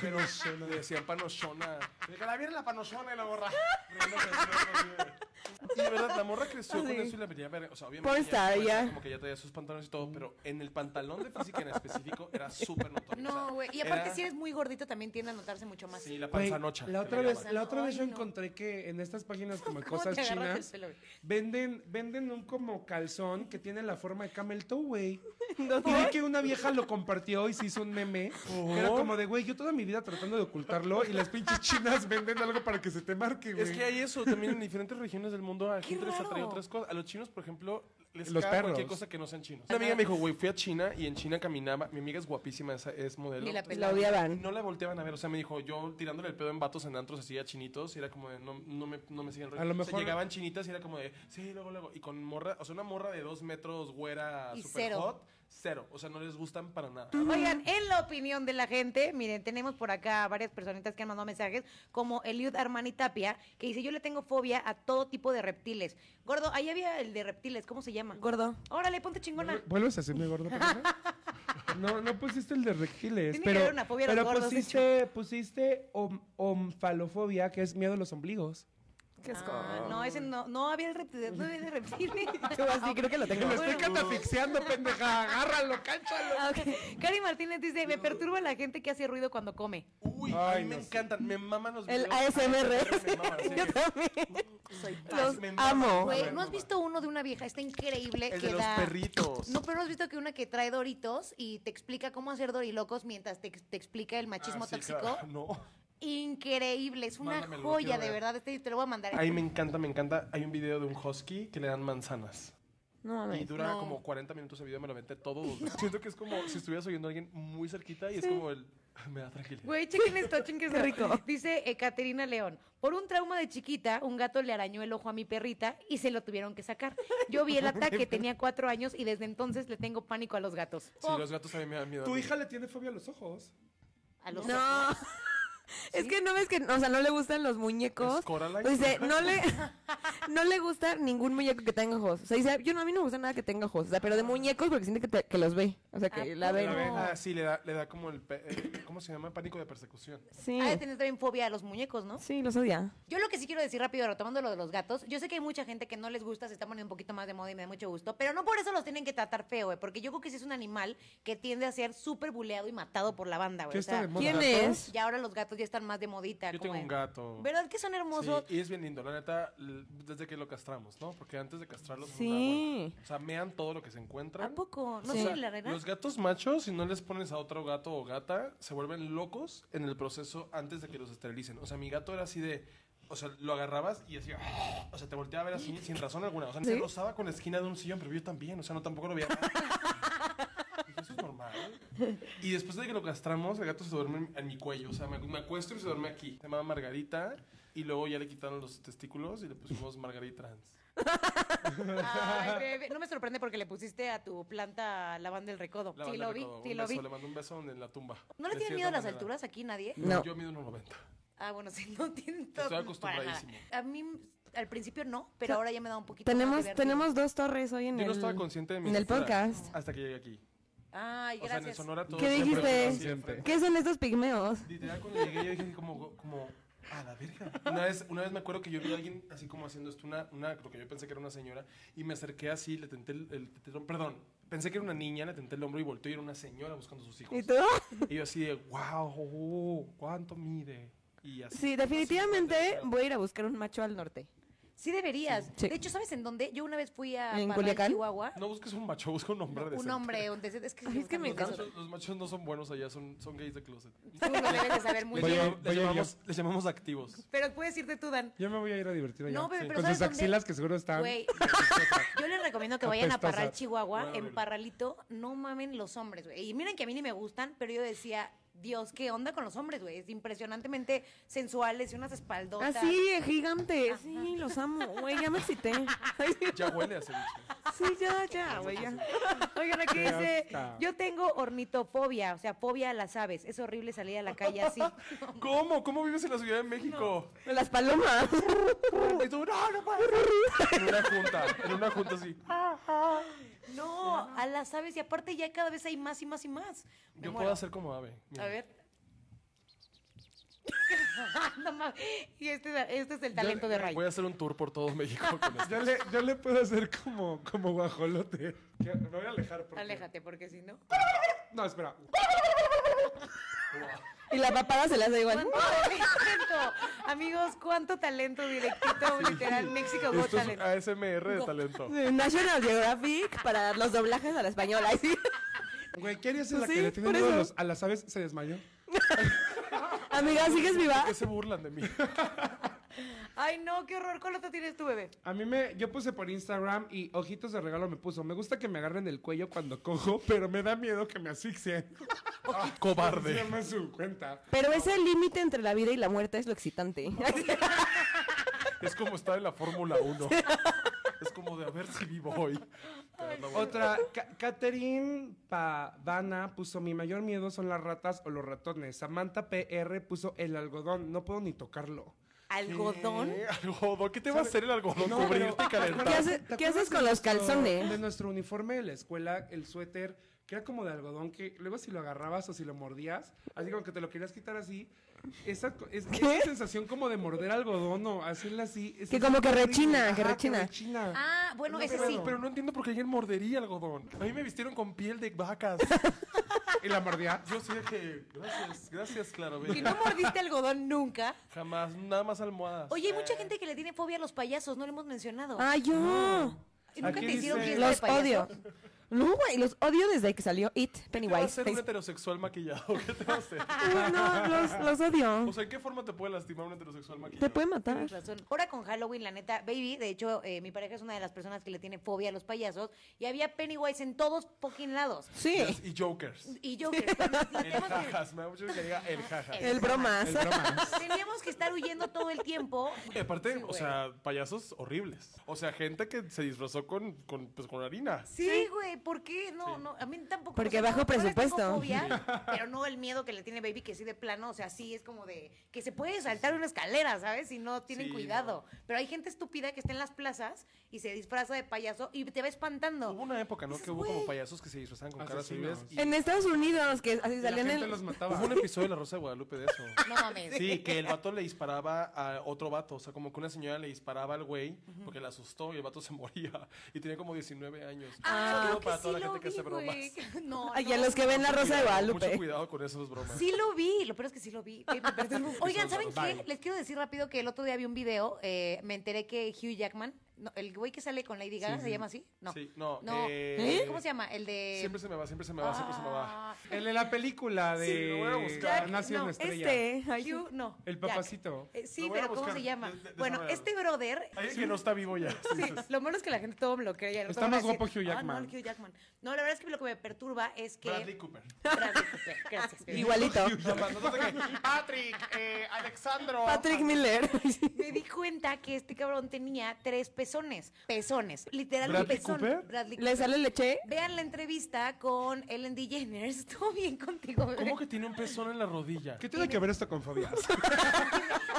S4: Pero le decían panoshona. De que la viene la panoshona y la morra. riéndose así, así, así. Y de verdad, la morra creció con
S2: Así.
S4: eso y la veía ver. O sea, obviamente.
S2: Pornstar,
S4: ella,
S2: ya.
S4: Como que ya traía sus pantalones y todo, pero en el pantalón de física en específico era súper notorio. o sea,
S1: No, güey. Y aparte,
S4: era-
S1: si eres muy gordito, también tiende a notarse mucho más.
S4: Sí, la
S5: Güey,
S4: panzanocha.
S5: La
S4: que
S5: otra
S4: le
S5: vez,
S4: llaman.
S5: la otra vez yo
S1: Ay, no.
S5: encontré que en estas páginas como de
S1: ¿Cómo
S5: cosas
S1: te agarras el
S5: chinas
S1: pelo, güey?
S5: venden venden un como calzón que tiene la forma de camel toe, güey. Y vi que una vieja lo compartió y se hizo un meme. que era como de, güey, yo toda mi vida tratando de ocultarlo y las pinches chinas venden algo para que se te marque, güey.
S4: Es que hay eso también en diferentes regiones del mundo. A gente les atrae
S1: raro!
S4: otras cosas. A los chinos, por ejemplo, les
S5: Los
S4: caga cualquier
S5: perros.
S4: cosa que no sean chinos. Una amiga me dijo, güey, fui a China y en China caminaba. Mi amiga es guapísima, esa- es modelo.
S1: Ni la
S2: La odiaban.
S4: No la volteaban a ver, o sea, me dijo, yo tirándole el pedo en vatos en antros así a chinitos, y era como de, no, no me, no me siguen.
S5: A lo
S4: O sea,
S5: mejor-
S4: llegaban chinitas y era como de, sí, luego, luego. Y con morra, o sea, una morra de dos metros, güera,
S1: Y
S4: super
S1: cero.
S4: hot, cero. O sea, no les gustan para nada.
S1: Oigan, en la opinión de la gente, miren, tenemos por acá varias personitas que han mandado mensajes, como Eliud Armani Tapia, que dice, yo le tengo fobia a todo tipo de reptiles. Gordo, ahí había el de reptiles, ¿cómo se llama?
S2: Gordo.
S1: Órale, ponte chingona.
S5: ¿Vuelves a hacerme gordo? pendeja? No, no pusiste el de reptiles,
S1: Tiene que
S5: pero,
S1: haber una fobia a los
S5: pero
S1: gordos,
S5: pusiste, pusiste om- omfalofobia, que es miedo a los ombligos.
S2: Qué asco.
S1: Ah, no, ese no, no había el reptil, no había el de reptiles.
S2: Yo así creo que lo tengo.
S5: Me
S1: Ah, Bueno.
S5: estoy catafixiando, pendeja. Agárralo, cánchalo.
S1: Ah, ok. Cari Martínez dice, me perturba la gente que hace ruido cuando come.
S4: Uy, a
S5: Ay,
S4: mí me
S5: no sé.
S4: encantan, me maman los
S2: El
S4: videos.
S2: ASMR.
S4: Me maman, así
S2: Yo
S4: que-
S2: también. Los
S4: Me maman.
S2: amo.
S1: Güey,
S4: ver,
S1: ¿no has
S4: mamá.
S1: visto uno de una vieja? Está increíble.
S4: El
S1: que
S4: de los
S1: da-
S4: perritos.
S1: No, pero ¿no has visto que una que trae doritos y te explica cómo hacer dorilocos mientras te, ex- te explica el machismo
S4: Ah, sí,
S1: tóxico.
S4: claro, No.
S1: Increíble, es una
S4: Mándamelo, lo
S1: joya,
S4: quiero
S1: de
S4: ver.
S1: verdad. Este te lo voy a mandar.
S4: Ahí me encanta, me encanta. Hay un video de un husky que le dan manzanas.
S2: No
S4: Y
S2: mames.
S4: dura
S1: No.
S4: como 40 minutos el video, me lo aventé todo. Siento que es como si estuvieras oyendo a alguien muy cerquita y es como el... Me da tranquilidad.
S1: Güey, chequen esto, chequen esto. rico. Dice eh, Caterina León, por un trauma de chiquita, un gato le arañó el ojo a mi perrita y se lo tuvieron que sacar. Yo vi el ataque, tenía cuatro años y desde entonces le tengo pánico a los gatos.
S4: Sí, los gatos también me dan miedo. a
S5: Tu
S4: mí.
S5: hija le tiene fobia a los ojos.
S1: A los
S2: No. Es que no ves que, o sea, no le gustan los muñecos.
S4: ¿Es Coraline?
S1: Pues
S2: Dice, no le, no le gusta ningún muñeco que tenga ojos. O sea, dice, yo no, a mí no me gusta nada que tenga ojos. O sea, pero de muñecos porque siente que, te- que los ve. O sea, que
S1: Ah,
S2: la ve.
S1: ¿cómo?
S2: ¿no?
S4: Ah, sí, le da, le da como el... pe- eh, ¿Cómo se llama? Pánico de persecución.
S2: Sí.
S1: Ha de tener también fobia a los muñecos, ¿no?
S2: Sí, los odia.
S1: Yo lo que sí quiero decir rápido, retomando lo de los gatos, yo sé que hay mucha gente que no les gusta, se está poniendo un poquito más de moda y me da mucho gusto, pero no por eso los tienen que tratar feo, güey, porque yo creo que sí es un animal que tiende a ser súper buleado y matado por la banda, güey.
S5: ¿Qué
S1: o
S5: está
S1: sea,
S5: de moda?
S2: ¿Quién
S5: ¿Gatos?
S2: es?
S1: Y ahora los gatos ya están más de modita.
S4: Yo
S1: como
S4: tengo
S1: de-
S4: un gato.
S1: ¿Verdad que son hermosos?
S4: Sí, y es bien lindo, la neta, l- desde que lo castramos, ¿no? Porque antes de castrarlos... son una
S2: Sí.
S4: buena. O sea, mean todo lo que se
S1: ¿A
S4: encuentran.
S1: poco? No
S4: O sea,
S1: sé, la verdad.
S4: Los gatos machos, si no les pones a otro gato o gata, se vuelven locos en el proceso antes de que los esterilicen. O sea, mi gato era así de. O sea, lo agarrabas y hacía. O sea, te volteaba a ver así sin razón alguna. O sea, se rozaba con la esquina de un sillón, pero yo también. O sea, no tampoco lo veía. Y después de que lo castramos, el gato se duerme en- en mi cuello. O sea, me, me acuesto y se duerme aquí. Se llamaba Margarita. Y luego ya le quitaron los testículos y le pusimos Margarita Trans.
S1: Ay, bebé, No me sorprende porque le pusiste a tu planta la banda del recodo.
S4: La
S1: sí,
S4: banda
S1: lo
S4: le
S1: vi,
S4: acabó.
S1: sí,
S4: Un
S1: lo
S4: beso,
S1: vi.
S4: Le mandó un beso en la tumba.
S1: ¿No le tienen
S4: De cierta
S1: miedo a las
S4: manera.
S1: alturas aquí nadie?
S2: No.
S4: Yo mido 1,90.
S1: Ah, bueno, sí, no tienen todo.
S4: acostumbradísimo.
S1: para nada. A mí al principio no, pero
S2: Te-
S1: ahora ya me da un poquito más
S2: Tenemos,
S1: de vértigo.
S2: tenemos dos torres hoy en
S4: Yo
S2: el
S4: no estaba consciente de mi
S2: en el
S4: altura
S2: podcast.
S4: Hasta que llegué aquí.
S1: Ay,
S4: O sea, en
S1: gracias.
S4: el Sonora todo
S2: ¿Qué dijiste?
S4: Siempre.
S2: ¿Qué son estos pigmeos?
S4: Literal, cuando llegué yo dije como, como, a la verga. Una vez, una vez me acuerdo que yo vi a alguien así como haciendo esto, una, una, lo que yo pensé que era una señora, y me acerqué así, le tenté el, el tetón, perdón, pensé que era una niña, le tenté el hombro y volteó y era una señora buscando a sus hijos.
S2: ¿Y tú?
S4: Y yo así de, wow, ¿cuánto mide? Y así.
S2: Sí, definitivamente voy a ir a buscar un macho al norte.
S1: Sí deberías.
S2: Sí.
S1: De hecho, ¿sabes en dónde? Yo una vez fui a
S2: ¿En
S1: Parral,
S2: Culiacán?
S1: Chihuahua.
S4: No busques un macho, busca un hombre
S1: un
S4: decente.
S1: hombre, un decente. Es que,
S2: Ay, es que me
S4: Los
S2: encanta.
S4: machos, los machos no son buenos allá, son, son gays de closet.
S1: Tú lo debes de saber muy
S4: Les,
S5: Voy a-
S1: bien.
S4: llamamos- les
S5: voy a ir
S4: llamamos, les llamamos activos.
S1: Pero puedes irte tú, Dan.
S5: Yo me voy a ir a divertir allá.
S1: No, bebé, pero
S5: Con
S1: ¿sabes
S5: sus
S1: dónde?
S5: axilas que seguro están.
S1: Güey, yo les recomiendo que vayan a
S5: Apestosas.
S1: Parral, Chihuahua.
S4: Bueno,
S1: en
S4: bueno.
S1: Parralito, no mamen los hombres, güey. Y miren que a mí ni me gustan, pero yo decía, Dios, ¿qué onda con los hombres, güey? Es impresionantemente sensuales y unas espaldotas.
S2: Así, Ah, gigante. Sí, los amo. Güey, ya me excité. Ay,
S4: Ya huele a ceviche.
S2: Sí, ya, ya, güey, ya.
S1: Oigan, aquí
S5: Qué
S1: dice,
S5: asco.
S1: yo tengo ornitofobia, o sea, fobia a las aves. Es horrible salir a la calle así.
S4: ¿Cómo? ¿Cómo vives en la Ciudad de México?
S2: Las palomas.
S4: Y tú, no, no puede ser". En una junta, en una junta así.
S1: No, a las aves. Y aparte ya cada vez hay más y más y más. Me
S4: Yo
S1: muero.
S4: puedo hacer como ave. mira.
S1: A ver. No mames. y este, este es el talento de Ray.
S4: Voy a hacer un tour por todo México con esto.
S5: Yo le, yo le puedo hacer como, como guajolote. Que- Me voy a alejar. Porque...
S1: Aléjate, porque si no.
S5: No, espera.
S2: Y la papada se las da igual.
S1: ¿Cuánto talento? Amigos, ¿cuánto talento directito, literal, México Got
S4: Esto es
S1: Talent?
S4: ASMR de talento.
S2: National Geographic para dar los doblajes a la española. Ay, Ah, sí.
S5: Güey, ¿qué harías en la
S2: Pues sí,
S5: que le tiene
S2: por
S5: miedo a,
S2: eso.
S5: los- a las aves? Se desmayó.
S2: Amiga, ¿sigues
S4: ¿Por
S2: viva?
S4: qué se burlan de mí?
S1: Ay, no, qué horror. ¿Cuál otro tienes tú, bebé?
S5: A mí me, yo puse por Instagram y ojitos de regalo me puso. Me gusta que me agarren el cuello cuando cojo, pero me da miedo que me asfixien. Se
S4: Ah, Cobarde.
S5: llama su cuenta.
S2: Pero ese límite entre la vida y la muerte es lo excitante.
S4: Es como estar en la Fórmula 1. Es como de a ver si vivo hoy. Pero no, bueno.
S5: Otra, Ca- Catherine Pavana puso, mi mayor miedo son las ratas o los ratones. Samantha PR puso el algodón, no puedo ni tocarlo.
S1: ¿Algodón?
S4: ¿Qué? Algodón. ¿Qué te va a hacer el algodón?
S5: No,
S4: Cubrirte
S5: pero-
S4: y calentar.
S2: ¿Qué hace-
S5: ¿Te
S2: qué
S5: acuerdas
S2: haces con
S5: de
S2: los
S5: nuestro-
S2: calzones?
S5: De nuestro uniforme de la escuela, el suéter, que era como de algodón, que luego si lo agarrabas o si lo mordías, así como que te lo querías quitar así, esa, co- es, esa sensación como de morder algodón o hacerle así. es-
S2: Que como que
S5: horrible.
S2: rechina, que
S5: Ajá,
S2: rechina.
S1: Ah, bueno, ese
S4: pero,
S1: sí.
S4: pero no entiendo por qué alguien mordería algodón. A mí me vistieron con piel de vacas.
S5: Y la
S2: Ah.
S5: mordía.
S4: Yo sí que gracias, gracias, Claro.
S1: Si no mordiste algodón nunca.
S4: Jamás, nada más almohadas.
S1: Oye, hay mucha gente que le tiene fobia a los payasos, no lo hemos mencionado.
S2: Ay, Ah, yo.
S1: ¿Y ¿Nunca
S5: aquí
S1: te hicieron
S5: dice-
S1: fiesta de
S2: Los
S1: payasos?
S2: odio. No, güey, los odio desde que salió It,
S4: ¿Qué va a
S2: Pennywise.
S4: ser un heterosexual maquillado? ¿Qué te va a hacer?
S2: Uy, Ah, no, los, los odio.
S4: O sea, ¿en qué forma te puede lastimar un heterosexual maquillado?
S2: Te puede matar.
S1: Tienes razón. Ahora con Halloween, la neta, baby, de hecho, eh, mi pareja es una de las personas que le tiene fobia a los payasos y había Pennywise en todos fucking lados.
S2: Sí.
S4: Yes, Y jokers.
S1: Y yo que teníamos
S4: El
S1: que,
S4: jajas. Me da mucho que diga el jajas.
S2: El bromas.
S5: El broma.
S1: teníamos que estar huyendo todo el tiempo.
S4: Y aparte,
S1: Sí,
S4: o
S1: güey.
S4: sea, payasos horribles. O sea, gente que se disfrazó con, con, pues, con harina.
S1: Sí, güey, ¿por qué? No, no, a mí tampoco.
S2: Porque
S1: no-
S2: bajo
S1: no le tengo
S2: presupuesto.
S1: fobia, pero no el miedo que le tiene Baby, que sí de plano, o sea, sí es como de que se puede saltar una escalera, ¿sabes? Si no tienen
S4: Sí,
S1: cuidado. Pero hay gente estúpida que está en las plazas y se disfraza de payaso y te va espantando.
S4: Hubo una época, ¿no?
S1: Dices,
S4: Que hubo
S1: "Güey".
S4: como payasos que se disfrazaban con caras
S5: Asesinos.
S4: civiles.
S2: En Estados Unidos, que así
S5: La
S2: salían
S5: gente
S2: en.
S5: los mataba.
S4: Hubo un episodio de La Rosa de Guadalupe de eso.
S1: No mames.
S4: Sí, que el vato le disparaba a otro vato. O sea, como que una señora le disparaba al güey porque le asustó y el vato se moría. Y tenía como 19 años.
S1: Ah,
S4: Saludo
S1: creo que
S4: para
S1: sí
S4: toda la
S1: lo
S4: gente que hace
S1: vi, güey.
S4: bromas.
S1: No,
S2: Ay, a
S1: no.
S2: los que ven la rosa de
S4: Cuidado, Mucho
S2: Guadalupe.
S4: cuidado con esas bromas.
S1: Sí lo vi, lo peor es que sí lo vi. Ay, me perturbo. Oigan, ¿saben
S5: Bye.
S1: qué? Les quiero decir rápido que el otro día vi un video, eh, me enteré que Hugh Jackman No, el güey que sale con Lady Gaga
S4: Sí,
S1: se
S4: sí.
S1: llama así. No.
S4: Sí, no.
S1: No.
S4: eh,
S1: ¿Cómo se llama? El de.
S4: Siempre se me va, siempre se me va, siempre se me va.
S1: Ah,
S5: El de la película de.
S4: Sí, lo voy a buscar.
S5: Nació
S1: No,
S5: una estrella.
S2: Este, ay,
S1: Hugh, no.
S5: El
S1: Jack.
S5: papacito.
S1: Eh,
S4: Lo
S1: sí,
S4: voy a
S1: pero ¿cómo
S4: buscar
S1: se llama?
S4: de- de- de
S1: bueno,
S4: manera.
S1: este brother.
S4: Hay alguien que no está vivo ya.
S1: Sí,
S4: entonces,
S1: lo malo es que la gente todo bloquea y al rato
S5: Está
S1: van a
S5: más
S1: decir,
S5: guapo Hugh
S1: "Ah, no,
S5: Jackman".
S1: el Hugh Jackman. No, la verdad es que lo que me perturba es que.
S4: Bradley Cooper.
S1: Bradley Cooper, Gracias. baby.
S2: igualito.
S4: No, no, no te creas.
S7: Patrick, eh, Alexandro.
S2: Patrick Miller.
S1: Me di cuenta que este cabrón tenía tres pezones. Pezones. Literalmente
S5: ¿Bradley
S1: pezón.
S5: Cooper?
S1: Bradley
S2: Le
S1: Cooper.
S2: sale leche.
S1: Vean la entrevista con Ellen DeGeneres. Estuvo bien contigo, bebé.
S4: ¿Cómo que tiene un pezón en la rodilla?
S5: ¿Qué
S2: eh,
S5: tiene que ver esto con fobias?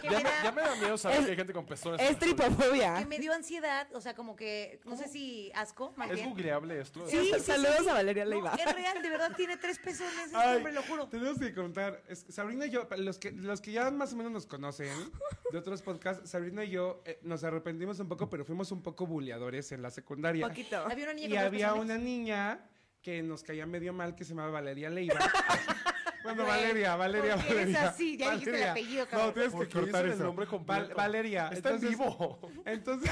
S1: Que me
S4: Ya me,
S1: da-
S4: ya me da miedo saber
S2: Es-
S4: que hay gente con pezones. en
S2: Es
S4: la rodilla.
S1: que
S2: tripofobia.
S1: me dio ansiedad, o sea, como que, no sé si asco, más
S4: ¿Es
S1: bien.
S4: googleable esto?
S2: Sí, saludos a Valeria
S1: No,
S2: Leiva.
S1: es real, de verdad, tiene tres pezones, este
S5: Ay,
S1: hombre, lo juro.
S5: Tenemos que contar. es- Sabrina y yo, para los que, los que ya más o menos nos conocen de otros podcasts, Sabrina y yo eh, nos arrepentimos un poco, pero fuimos un poco buleadores en la secundaria.
S2: Poquito.
S1: Había una niña con
S5: Y
S1: tres
S5: había
S1: pezones.
S5: una niña que nos caía medio mal que se llamaba Valeria Leiva. Bueno,
S1: Güey,
S5: Valeria, Valeria,
S1: ¿por qué eres
S5: Valeria.
S1: así? Ya dijiste el
S5: Valeria.
S1: apellido,
S5: No,
S1: cabrón.
S5: tienes que
S4: Porque
S5: cortar
S4: dicen el
S5: eso.
S4: nombre completo.
S5: Val- Valeria.
S4: Está en
S5: entonces-
S4: vivo.
S5: Entonces...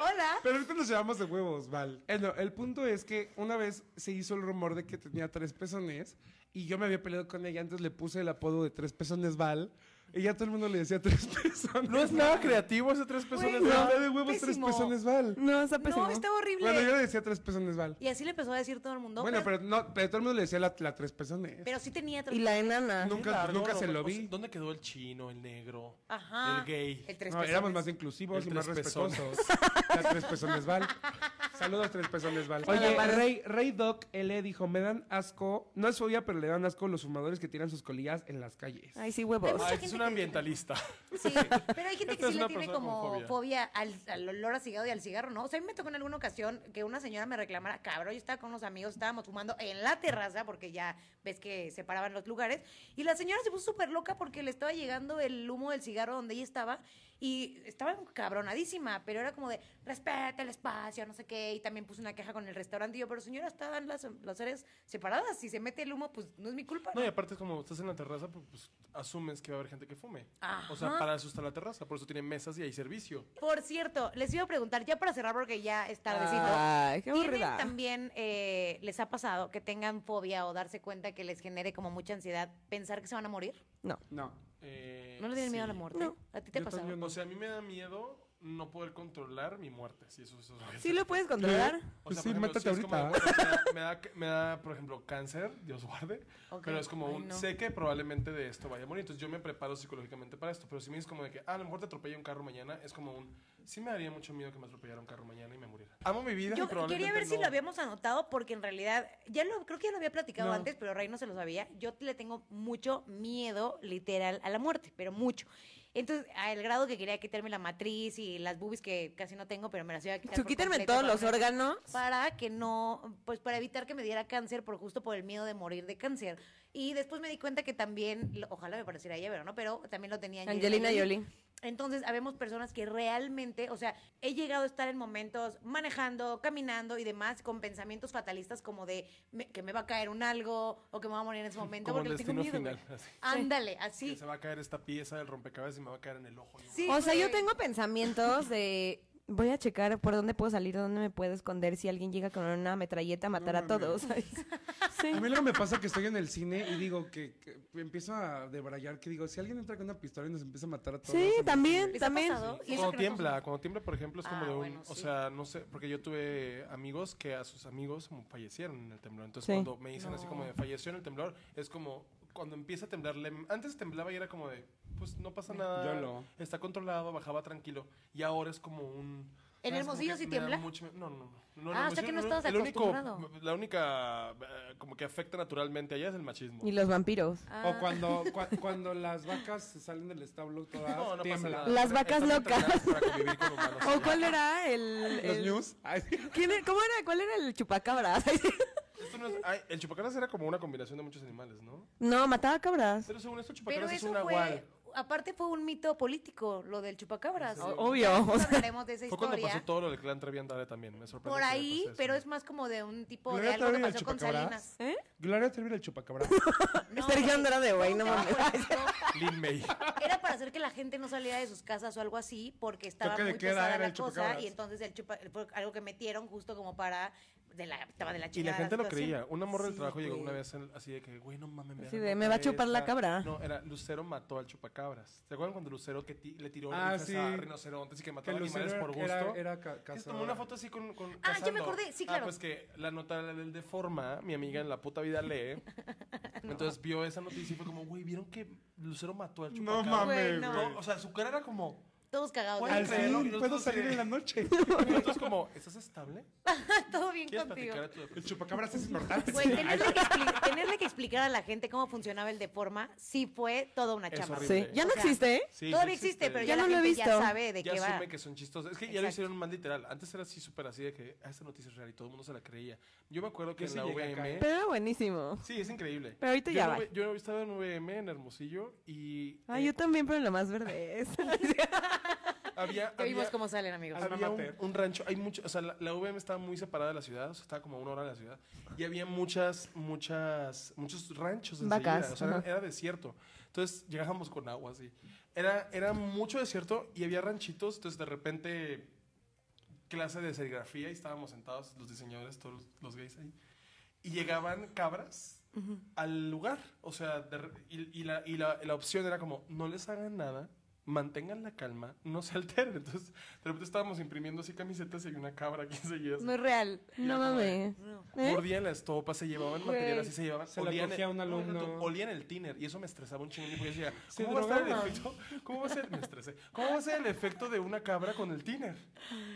S1: Hola.
S5: Pero ahorita nos llevamos de huevos, Val. Eh, no, el punto es que una vez se hizo el rumor de que tenía tres pezones y yo me había peleado con ella, antes le puse el apodo de tres pezones Val. Y ya todo el mundo le decía tres pezones.
S4: No es nada creativo ese tres pezones.
S5: No,
S4: ¿verdad?
S5: no, de huevos tres
S1: pésimo.
S5: pezones Val.
S2: No, está pésimo.
S1: No, está horrible.
S5: Bueno, yo le decía tres pezones Val.
S1: Y así le empezó a decir todo el mundo.
S5: bueno,
S1: pero,
S5: pero, no, pero todo el mundo le decía la, la tres pezones.
S1: pero sí tenía tres
S2: Y la
S1: Ah,
S2: enana.
S5: Nunca-
S4: Qué largo,
S5: nunca se
S4: Roberto.
S5: lo vi.
S4: O sea, ¿Dónde quedó el chino, el negro,
S1: Ajá.
S4: el gay?
S1: El tres
S5: no,
S1: pezones.
S5: éramos más inclusivos
S4: El
S5: y más
S4: tres
S5: respetuosos.
S4: pezones.
S5: Las tres pezones Val. Saludos, tres pezones Val.
S2: Hola,
S5: Oye,
S2: Val.
S5: Rey, Rey Doc L dijo: Me dan asco, no es fobia, pero le dan asco los fumadores que tiran sus colillas en las calles.
S2: Ay, sí, huevos.
S4: Ah,
S1: mucha
S4: es
S1: gente
S4: un
S1: que-
S4: ambientalista.
S1: Sí, pero hay gente que
S4: Esta es
S1: sí le
S4: una
S1: tiene
S4: persona
S1: como
S4: con
S1: fobia,
S4: fobia.
S1: al, al olor a cigarro y al cigarro, ¿no? O sea, a mí me tocó en alguna ocasión que una señora me reclamara, cabrón, yo estaba con unos amigos, estábamos fumando en la terraza, porque ya ves que separaban los lugares, y la señora se puso súper loca porque le estaba llegando el humo del cigarro donde ella estaba, y estaba cabronadísima, pero era como de, respeta el espacio, no sé qué, y también puso una queja con el restaurante, y yo, pero señora, estaban las, las áreas separadas, si se mete el humo, pues no es mi culpa,
S4: No, y aparte es como estás en la terraza, pues, pues, asumes que va a haber gente que fume. O
S1: Ajá.
S4: sea, para eso está la terraza, por eso tienen mesas y hay servicio.
S1: Por cierto, les iba a preguntar, ya para cerrar porque ya es tardecito.
S2: Ay, Ah, qué
S1: ¿Tienen
S2: aburrida.
S1: también, eh, les ha pasado que tengan fobia o darse cuenta que les genere como mucha ansiedad pensar que se van a morir?
S2: No.
S5: No.
S4: Eh,
S1: ¿No le tienen miedo a
S4: sí.
S1: la muerte?
S2: No.
S1: ¿A ti te ha
S5: Yo
S1: pasado?
S5: también.
S4: O sea, a mí me da miedo no poder controlar mi muerte. Sí, eso, eso, eso-
S2: Sí lo puedes controlar.
S4: O sea,
S5: sí,
S4: por ejemplo,
S5: mátate
S4: sí ¿eh? es como
S5: ahorita.
S4: de, bueno, me, da, me da- me da, por ejemplo, cáncer, Dios guarde.
S1: Ok.
S4: Pero es como
S1: Ay,
S4: un.
S1: no.
S4: Sé que probablemente de esto vaya a morir. Entonces yo me preparo psicológicamente para esto. Pero si me dices como de que, ah, a lo mejor te atropella un carro mañana, es como un. Sí me daría mucho miedo que me atropellara un carro mañana y me muriera. Amo mi vida. y
S1: Yo quería
S4: probablemente
S1: ver si
S4: no.
S1: lo habíamos anotado porque en realidad, ya lo, creo que ya lo había platicado
S5: No.
S1: antes, pero Rey no se lo sabía. Yo le tengo mucho miedo literal a la muerte, pero mucho. Entonces, al grado que quería quitarme la matriz y las boobies que casi no tengo, pero me las iba a quitar.
S2: Tú
S1: por
S2: quítame
S1: completo
S2: todos
S1: para
S2: los
S1: ponerme-
S2: órganos.
S1: para que no, pues para evitar que me diera cáncer por justo por el miedo de morir de cáncer. Y después me di cuenta que también, lo- ojalá me pareciera ella, pero no, pero también lo tenía
S2: Angelina Jolie.
S1: Entonces, habemos personas que realmente, o sea, he llegado a estar en momentos manejando, caminando y demás con pensamientos fatalistas como de me- que me va a caer un algo o que me va a morir en ese momento
S4: Como
S1: porque le tengo
S4: destino
S1: miedo.
S4: final.
S1: güey.
S4: así.
S1: Ándale,
S4: Que
S1: así.
S4: se va a caer esta pieza del rompecabezas y me va a caer en el ojo. ¿no?
S1: Sí,
S2: O sea, yo
S1: güey.
S2: tengo pensamientos de. Voy a checar por dónde puedo salir, dónde me puedo esconder si alguien llega con una metralleta a matar a todos. Sí.
S5: A mí luego me pasa que estoy en el cine y digo que, que empiezo a debrayar, que digo, si alguien entra con una pistola y nos empieza a matar a todos.
S2: Sí,
S5: en el
S2: también,
S5: cine".
S1: ¿Les ha
S2: también.
S1: pasado? Y eso
S4: Cuando
S1: que no
S4: tiembla,
S1: somos-
S4: cuando tiembla, por ejemplo, es como
S1: Ah,
S4: de un,
S1: bueno,
S4: o
S1: sí.
S4: sea, no sé, porque yo tuve amigos que a sus amigos como fallecieron en el temblor. Entonces,
S2: Sí.
S4: cuando me dicen así como de falleció en el temblor, es como cuando empieza a temblar, lem- antes temblaba y era como de, pues no
S1: Mm,
S4: pasa nada,
S5: Yolo.
S4: está controlado, bajaba tranquilo, y ahora es como un
S1: ¿En
S4: ¿sabes? Como
S1: Hermosillo
S4: que
S1: sí
S4: me da
S1: tiembla?
S4: mucho mie- no, no, no, no. en
S1: Ah, o sea
S4: Hermosillo
S1: que no
S4: no,
S1: estabas
S4: el único-
S1: acostumbrado.
S4: La única eh, como que afecta naturalmente allá es el machismo.
S2: Y los vampiros.
S5: O cuando, cua- cuando las vacas se salen del establo todas,
S4: No, no pasa
S5: tiemblan.
S4: nada.
S2: Las vacas
S4: Están
S2: locas.
S4: entrenadas para convivir con humanos
S2: ¿O
S4: allá.
S2: cuál era el.
S5: Los
S2: el-
S5: news. Ay,
S2: ¿Quién era- ¿Cómo era? ¿Cuál era el chupacabras?
S4: Esto no es- ay, el chupacabras era como una combinación de muchos animales, ¿no?
S2: No, mataba cabras.
S4: Pero según esto, chupacabras
S1: Pero
S4: es
S1: eso
S4: un
S1: fue
S4: agual.
S1: aparte fue un mito político, lo del chupacabras.
S2: Obvio. o
S1: Ahorita
S2: sea,
S1: hablaremos de esa
S4: Fue cuando
S1: historia.
S4: pasó todo pues, lo del clan Trevi Andrade también, me sorprendió.
S1: por
S4: que
S1: ahí,
S4: pasó eso.
S1: pero es más como de un tipo
S5: Gloria
S1: de algo que
S5: Trevi del
S1: pasó con
S5: chupacabras.
S1: Salinas.
S2: ¿Eh?
S5: Gloria Trevi del chupacabras.
S2: Sergio Andrade, güey,
S1: Todo
S2: no
S1: un tema
S2: mames.
S1: político.
S4: Lin May.
S1: Era para hacer que la gente no saliera de sus casas o algo así, porque estaba
S5: Toque de
S1: muy
S5: queda
S1: pesada
S5: era
S1: la
S5: el
S1: cosa,
S5: chupacabras.
S1: y entonces el chupa, fue algo que metieron justo como para, de la, estaba de la
S4: Y la
S1: chingada.
S4: gente lo
S1: situación.
S4: creía. Una morra del
S1: Sí,
S4: trabajo llegó
S1: güey.
S4: una vez en- así de que, güey, no mames.
S2: Así
S4: dan
S2: de,
S4: otra
S2: "Me va a chupar
S4: vez,
S2: la
S4: ah".
S2: cabra.
S4: No, era Lucero mató al chupacabras. ¿Se acuerdan cuando Lucero que ti- le tiró
S5: Ah,
S4: rifles
S5: sí.
S4: a rinocerontes y que mataba
S5: Que
S4: animales
S5: Lucero
S4: por gusto?
S5: era- era ca-
S4: Que se
S5: cazadora.
S4: tomó una foto así con. con
S1: Ah, ya me
S4: cazando.
S1: acordé, sí,
S4: Ah,
S1: claro.
S4: pues que la nota del de forma, mi amiga en la puta vida lee. Entonces vio esa noticia y fue como, güey, ¿vieron que Lucero mató al
S5: no
S4: chupacabras?
S5: mames,
S1: Güey, no.
S5: güey.
S4: No, O sea, su cara era como.
S1: Todos cagados. de
S4: Al
S5: Al
S1: risa.
S4: creerlo,
S5: fin
S4: y
S5: puedo
S4: nosotros
S5: salir
S4: de-
S5: en la noche.
S4: y Nosotros como, ¿estás estable?
S1: Todo bien
S4: ¿Quieres
S1: contigo.
S4: platicar de tu depresión?
S5: El chupacabras es inmortal.
S1: Güey, tenerle que, expli- tenerle que explicar a la gente cómo funcionaba el de forma, sí fue toda una
S4: Es
S1: chamba.
S4: horrible.
S2: Sí. Ya no
S1: O sea,
S2: existe, ¿eh?
S4: Sí,
S1: Todavía
S4: sí este,
S1: existe, pero
S2: Ya
S1: ya, la
S2: no lo he
S1: gente ya
S2: visto.
S1: sabe de
S4: ya
S1: qué va.
S4: asume que son chistosos. Es que ya lo
S1: Exacto.
S4: hicieron más literal. Antes era así, súper así de que ah, esta noticia es real y todo el mundo se la creía. Yo me acuerdo que
S5: Yo
S4: en
S5: sí
S4: la
S5: llegué a
S4: VM.
S2: Pero era buenísimo.
S4: Sí, es increíble.
S2: Pero ahorita
S4: yo
S2: ya
S4: no
S2: va.
S4: ve- Yo he estado en VM en Hermosillo y
S2: Ah,
S4: eh,
S2: yo también, pero en la más verde es.
S4: había,
S1: Ya vimos
S4: había,
S1: cómo salen, amigos.
S5: Alma
S4: había un,
S5: mater.
S4: un rancho. Hay mucho, o sea, la, la VM estaba muy separada de la ciudad, o sea, estaba como a una hora de la ciudad. Y había muchas, muchas, muchos ranchos enseguida.
S2: Vacas,
S4: O sea, era,
S2: ajá.
S4: era desierto. Entonces llegábamos con agua así. Era, era mucho desierto y había ranchitos. Entonces de repente clase de serigrafía y estábamos sentados los diseñadores, todos los, los gays ahí. Y llegaban cabras al lugar. O sea, de re- y, y la, y la- la opción era como, no les hagan nada, mantengan la calma, no se alteren. Entonces, de repente estábamos imprimiendo así camisetas y había una cabra aquí seguía.
S1: No es real.
S2: No mames. ¿Eh?
S4: Mordían la estopa, se llevaban material, así se llevaban.
S5: Se la
S4: olían
S5: cogía
S4: el-
S5: un
S4: no,
S5: alumno.
S4: exacto, olían el tiner y eso me estresaba un chingo. Porque yo decía,
S5: Se
S4: ¿cómo va a estar el
S5: drogaban.
S4: efecto? ¿Cómo va a ser? Me estresé. ¿Cómo va a ser el efecto de una cabra con el tiner?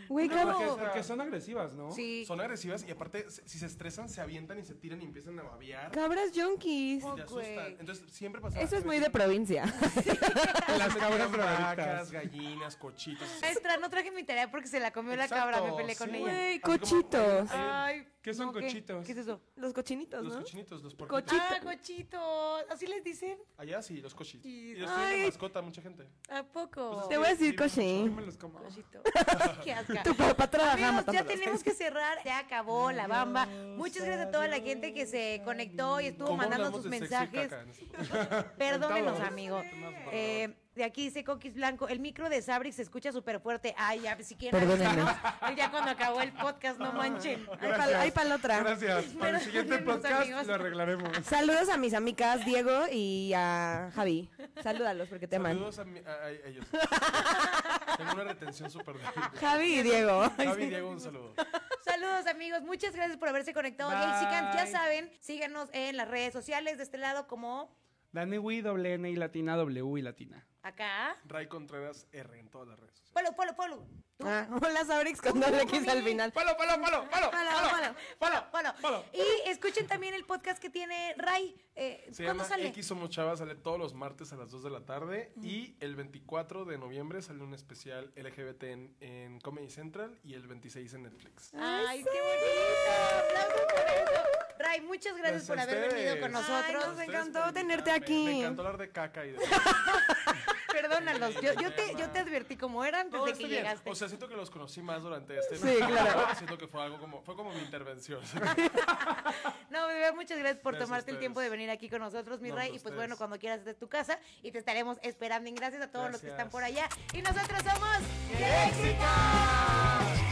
S2: Güey, claro.
S5: Porque, porque son agresivas, ¿no?
S1: Sí.
S4: Son agresivas y aparte, se- si se estresan, se avientan y se tiran y empiezan a babear.
S2: Cabras junkies.
S4: Te
S1: güey.
S4: asustan. Entonces, siempre pasa.
S2: Eso es muy de provincia.
S5: Las cabras drogadictas.
S4: vacas, gallinas, cochitos.
S1: Maestra, no traje mi tarea porque se la comió
S4: Exacto,
S1: la cabra, me peleé con
S4: sí.
S1: ella.
S2: Güey,
S4: Así como-
S2: cochitos.
S4: Sí.
S1: Ay,
S5: ¿Qué son
S1: no,
S5: cochitos?
S1: ¿Qué es eso?
S2: Los cochinitos,
S4: Los
S2: ¿no?
S4: cochinitos, los porquitos.
S2: Cochi-
S1: Ah, cochitos. ¿Así les dicen?
S4: Allá sí, los cochitos. Y los
S2: Ay.
S4: tienen de mascota mucha gente.
S1: ¿A poco?
S2: Te voy a decir
S5: Yo
S2: cochín.
S5: me los como.
S1: Pues Cochito. Qué asco.
S2: Tu papá trabaja
S1: Amigos, ya
S2: matándolos.
S1: tenemos que cerrar. Se acabó la bamba. Muchas gracias a toda la gente que se conectó y estuvo
S4: ¿Cómo
S1: mandando
S4: hablamos
S1: sus
S4: de sexo y
S1: mensajes.
S4: caca en este
S1: Perdónenos,
S5: Sentados.
S1: amigo. Eh, de aquí dice Coquis Blanco, el micro de Sabrix se escucha súper fuerte. Ay, ya, si quieren.
S2: Perdónenos.
S1: avisamos. Ya cuando acabó el podcast, no manchen.
S2: Ahí para la otra.
S5: Gracias. Para
S1: Pero-
S5: el siguiente
S1: Los
S5: podcast
S1: amigos.
S5: lo arreglaremos.
S2: Saludos a mis amigas Diego y a Javi. Salúdalos porque te aman.
S4: Saludos a, mi- a- a- a ellos. Tengo una retención súper débil.
S2: Javi y Diego.
S4: Javi, Diego, un saludo.
S1: Saludos, amigos. Muchas gracias por haberse conectado.
S5: Bye.
S1: Gaysican, ya saben, síganos en las redes sociales de este lado como
S5: Dani Wi, doble N y latina, W y latina.
S1: acá.
S4: Ray Contreras R en todas las redes sociales.
S1: Polo, polo, polo. Tú.
S2: Ah, hola Sabrix con doble X al final.
S5: ¡Palo, palo, palo, palo!
S1: Polo, polo, polo,
S5: polo.
S1: Y escuchen también el podcast que tiene Ray. Eh,
S4: Se
S1: ¿Cuándo
S4: llama
S1: sale?
S4: X Somos Chava, sale todos los martes a las 2 de la tarde y el 24 de noviembre sale un especial LGBT en, en Comedy Central y el 26 en
S1: Ah,
S4: Netflix.
S1: Ay, qué bonito. Aplausos por eso. Ray, muchas gracias,
S4: Gracias
S1: por
S4: Pues a
S1: haber venido
S4: ustedes.
S1: con
S2: Ay,
S1: nosotros.
S2: nos
S4: Ustedes
S2: encantó
S4: por
S2: tenerte
S4: invitarme.
S2: aquí.
S4: Me encantó hablar de caca y de...
S1: Perdónalos. Yo, yo te, yo te advertí cómo era antes
S4: No,
S1: de
S4: está
S1: que
S4: bien.
S1: llegaste.
S4: O sea, siento que los conocí más durante este
S2: Sí, claro.
S4: Siento que fue algo como... Fue como mi intervención.
S1: No, de verdad, muchas gracias por tomarte
S4: Gracias a
S1: el
S4: ustedes.
S1: tiempo de venir aquí con nosotros, mi
S4: No,
S1: Ray.
S4: hombre,
S1: Y pues
S4: ustedes.
S1: bueno, cuando quieras de tu casa y te estaremos esperando. Y gracias a todos los que
S4: Gracias.
S1: están por allá. Y nosotros somos
S4: ¡Léxica!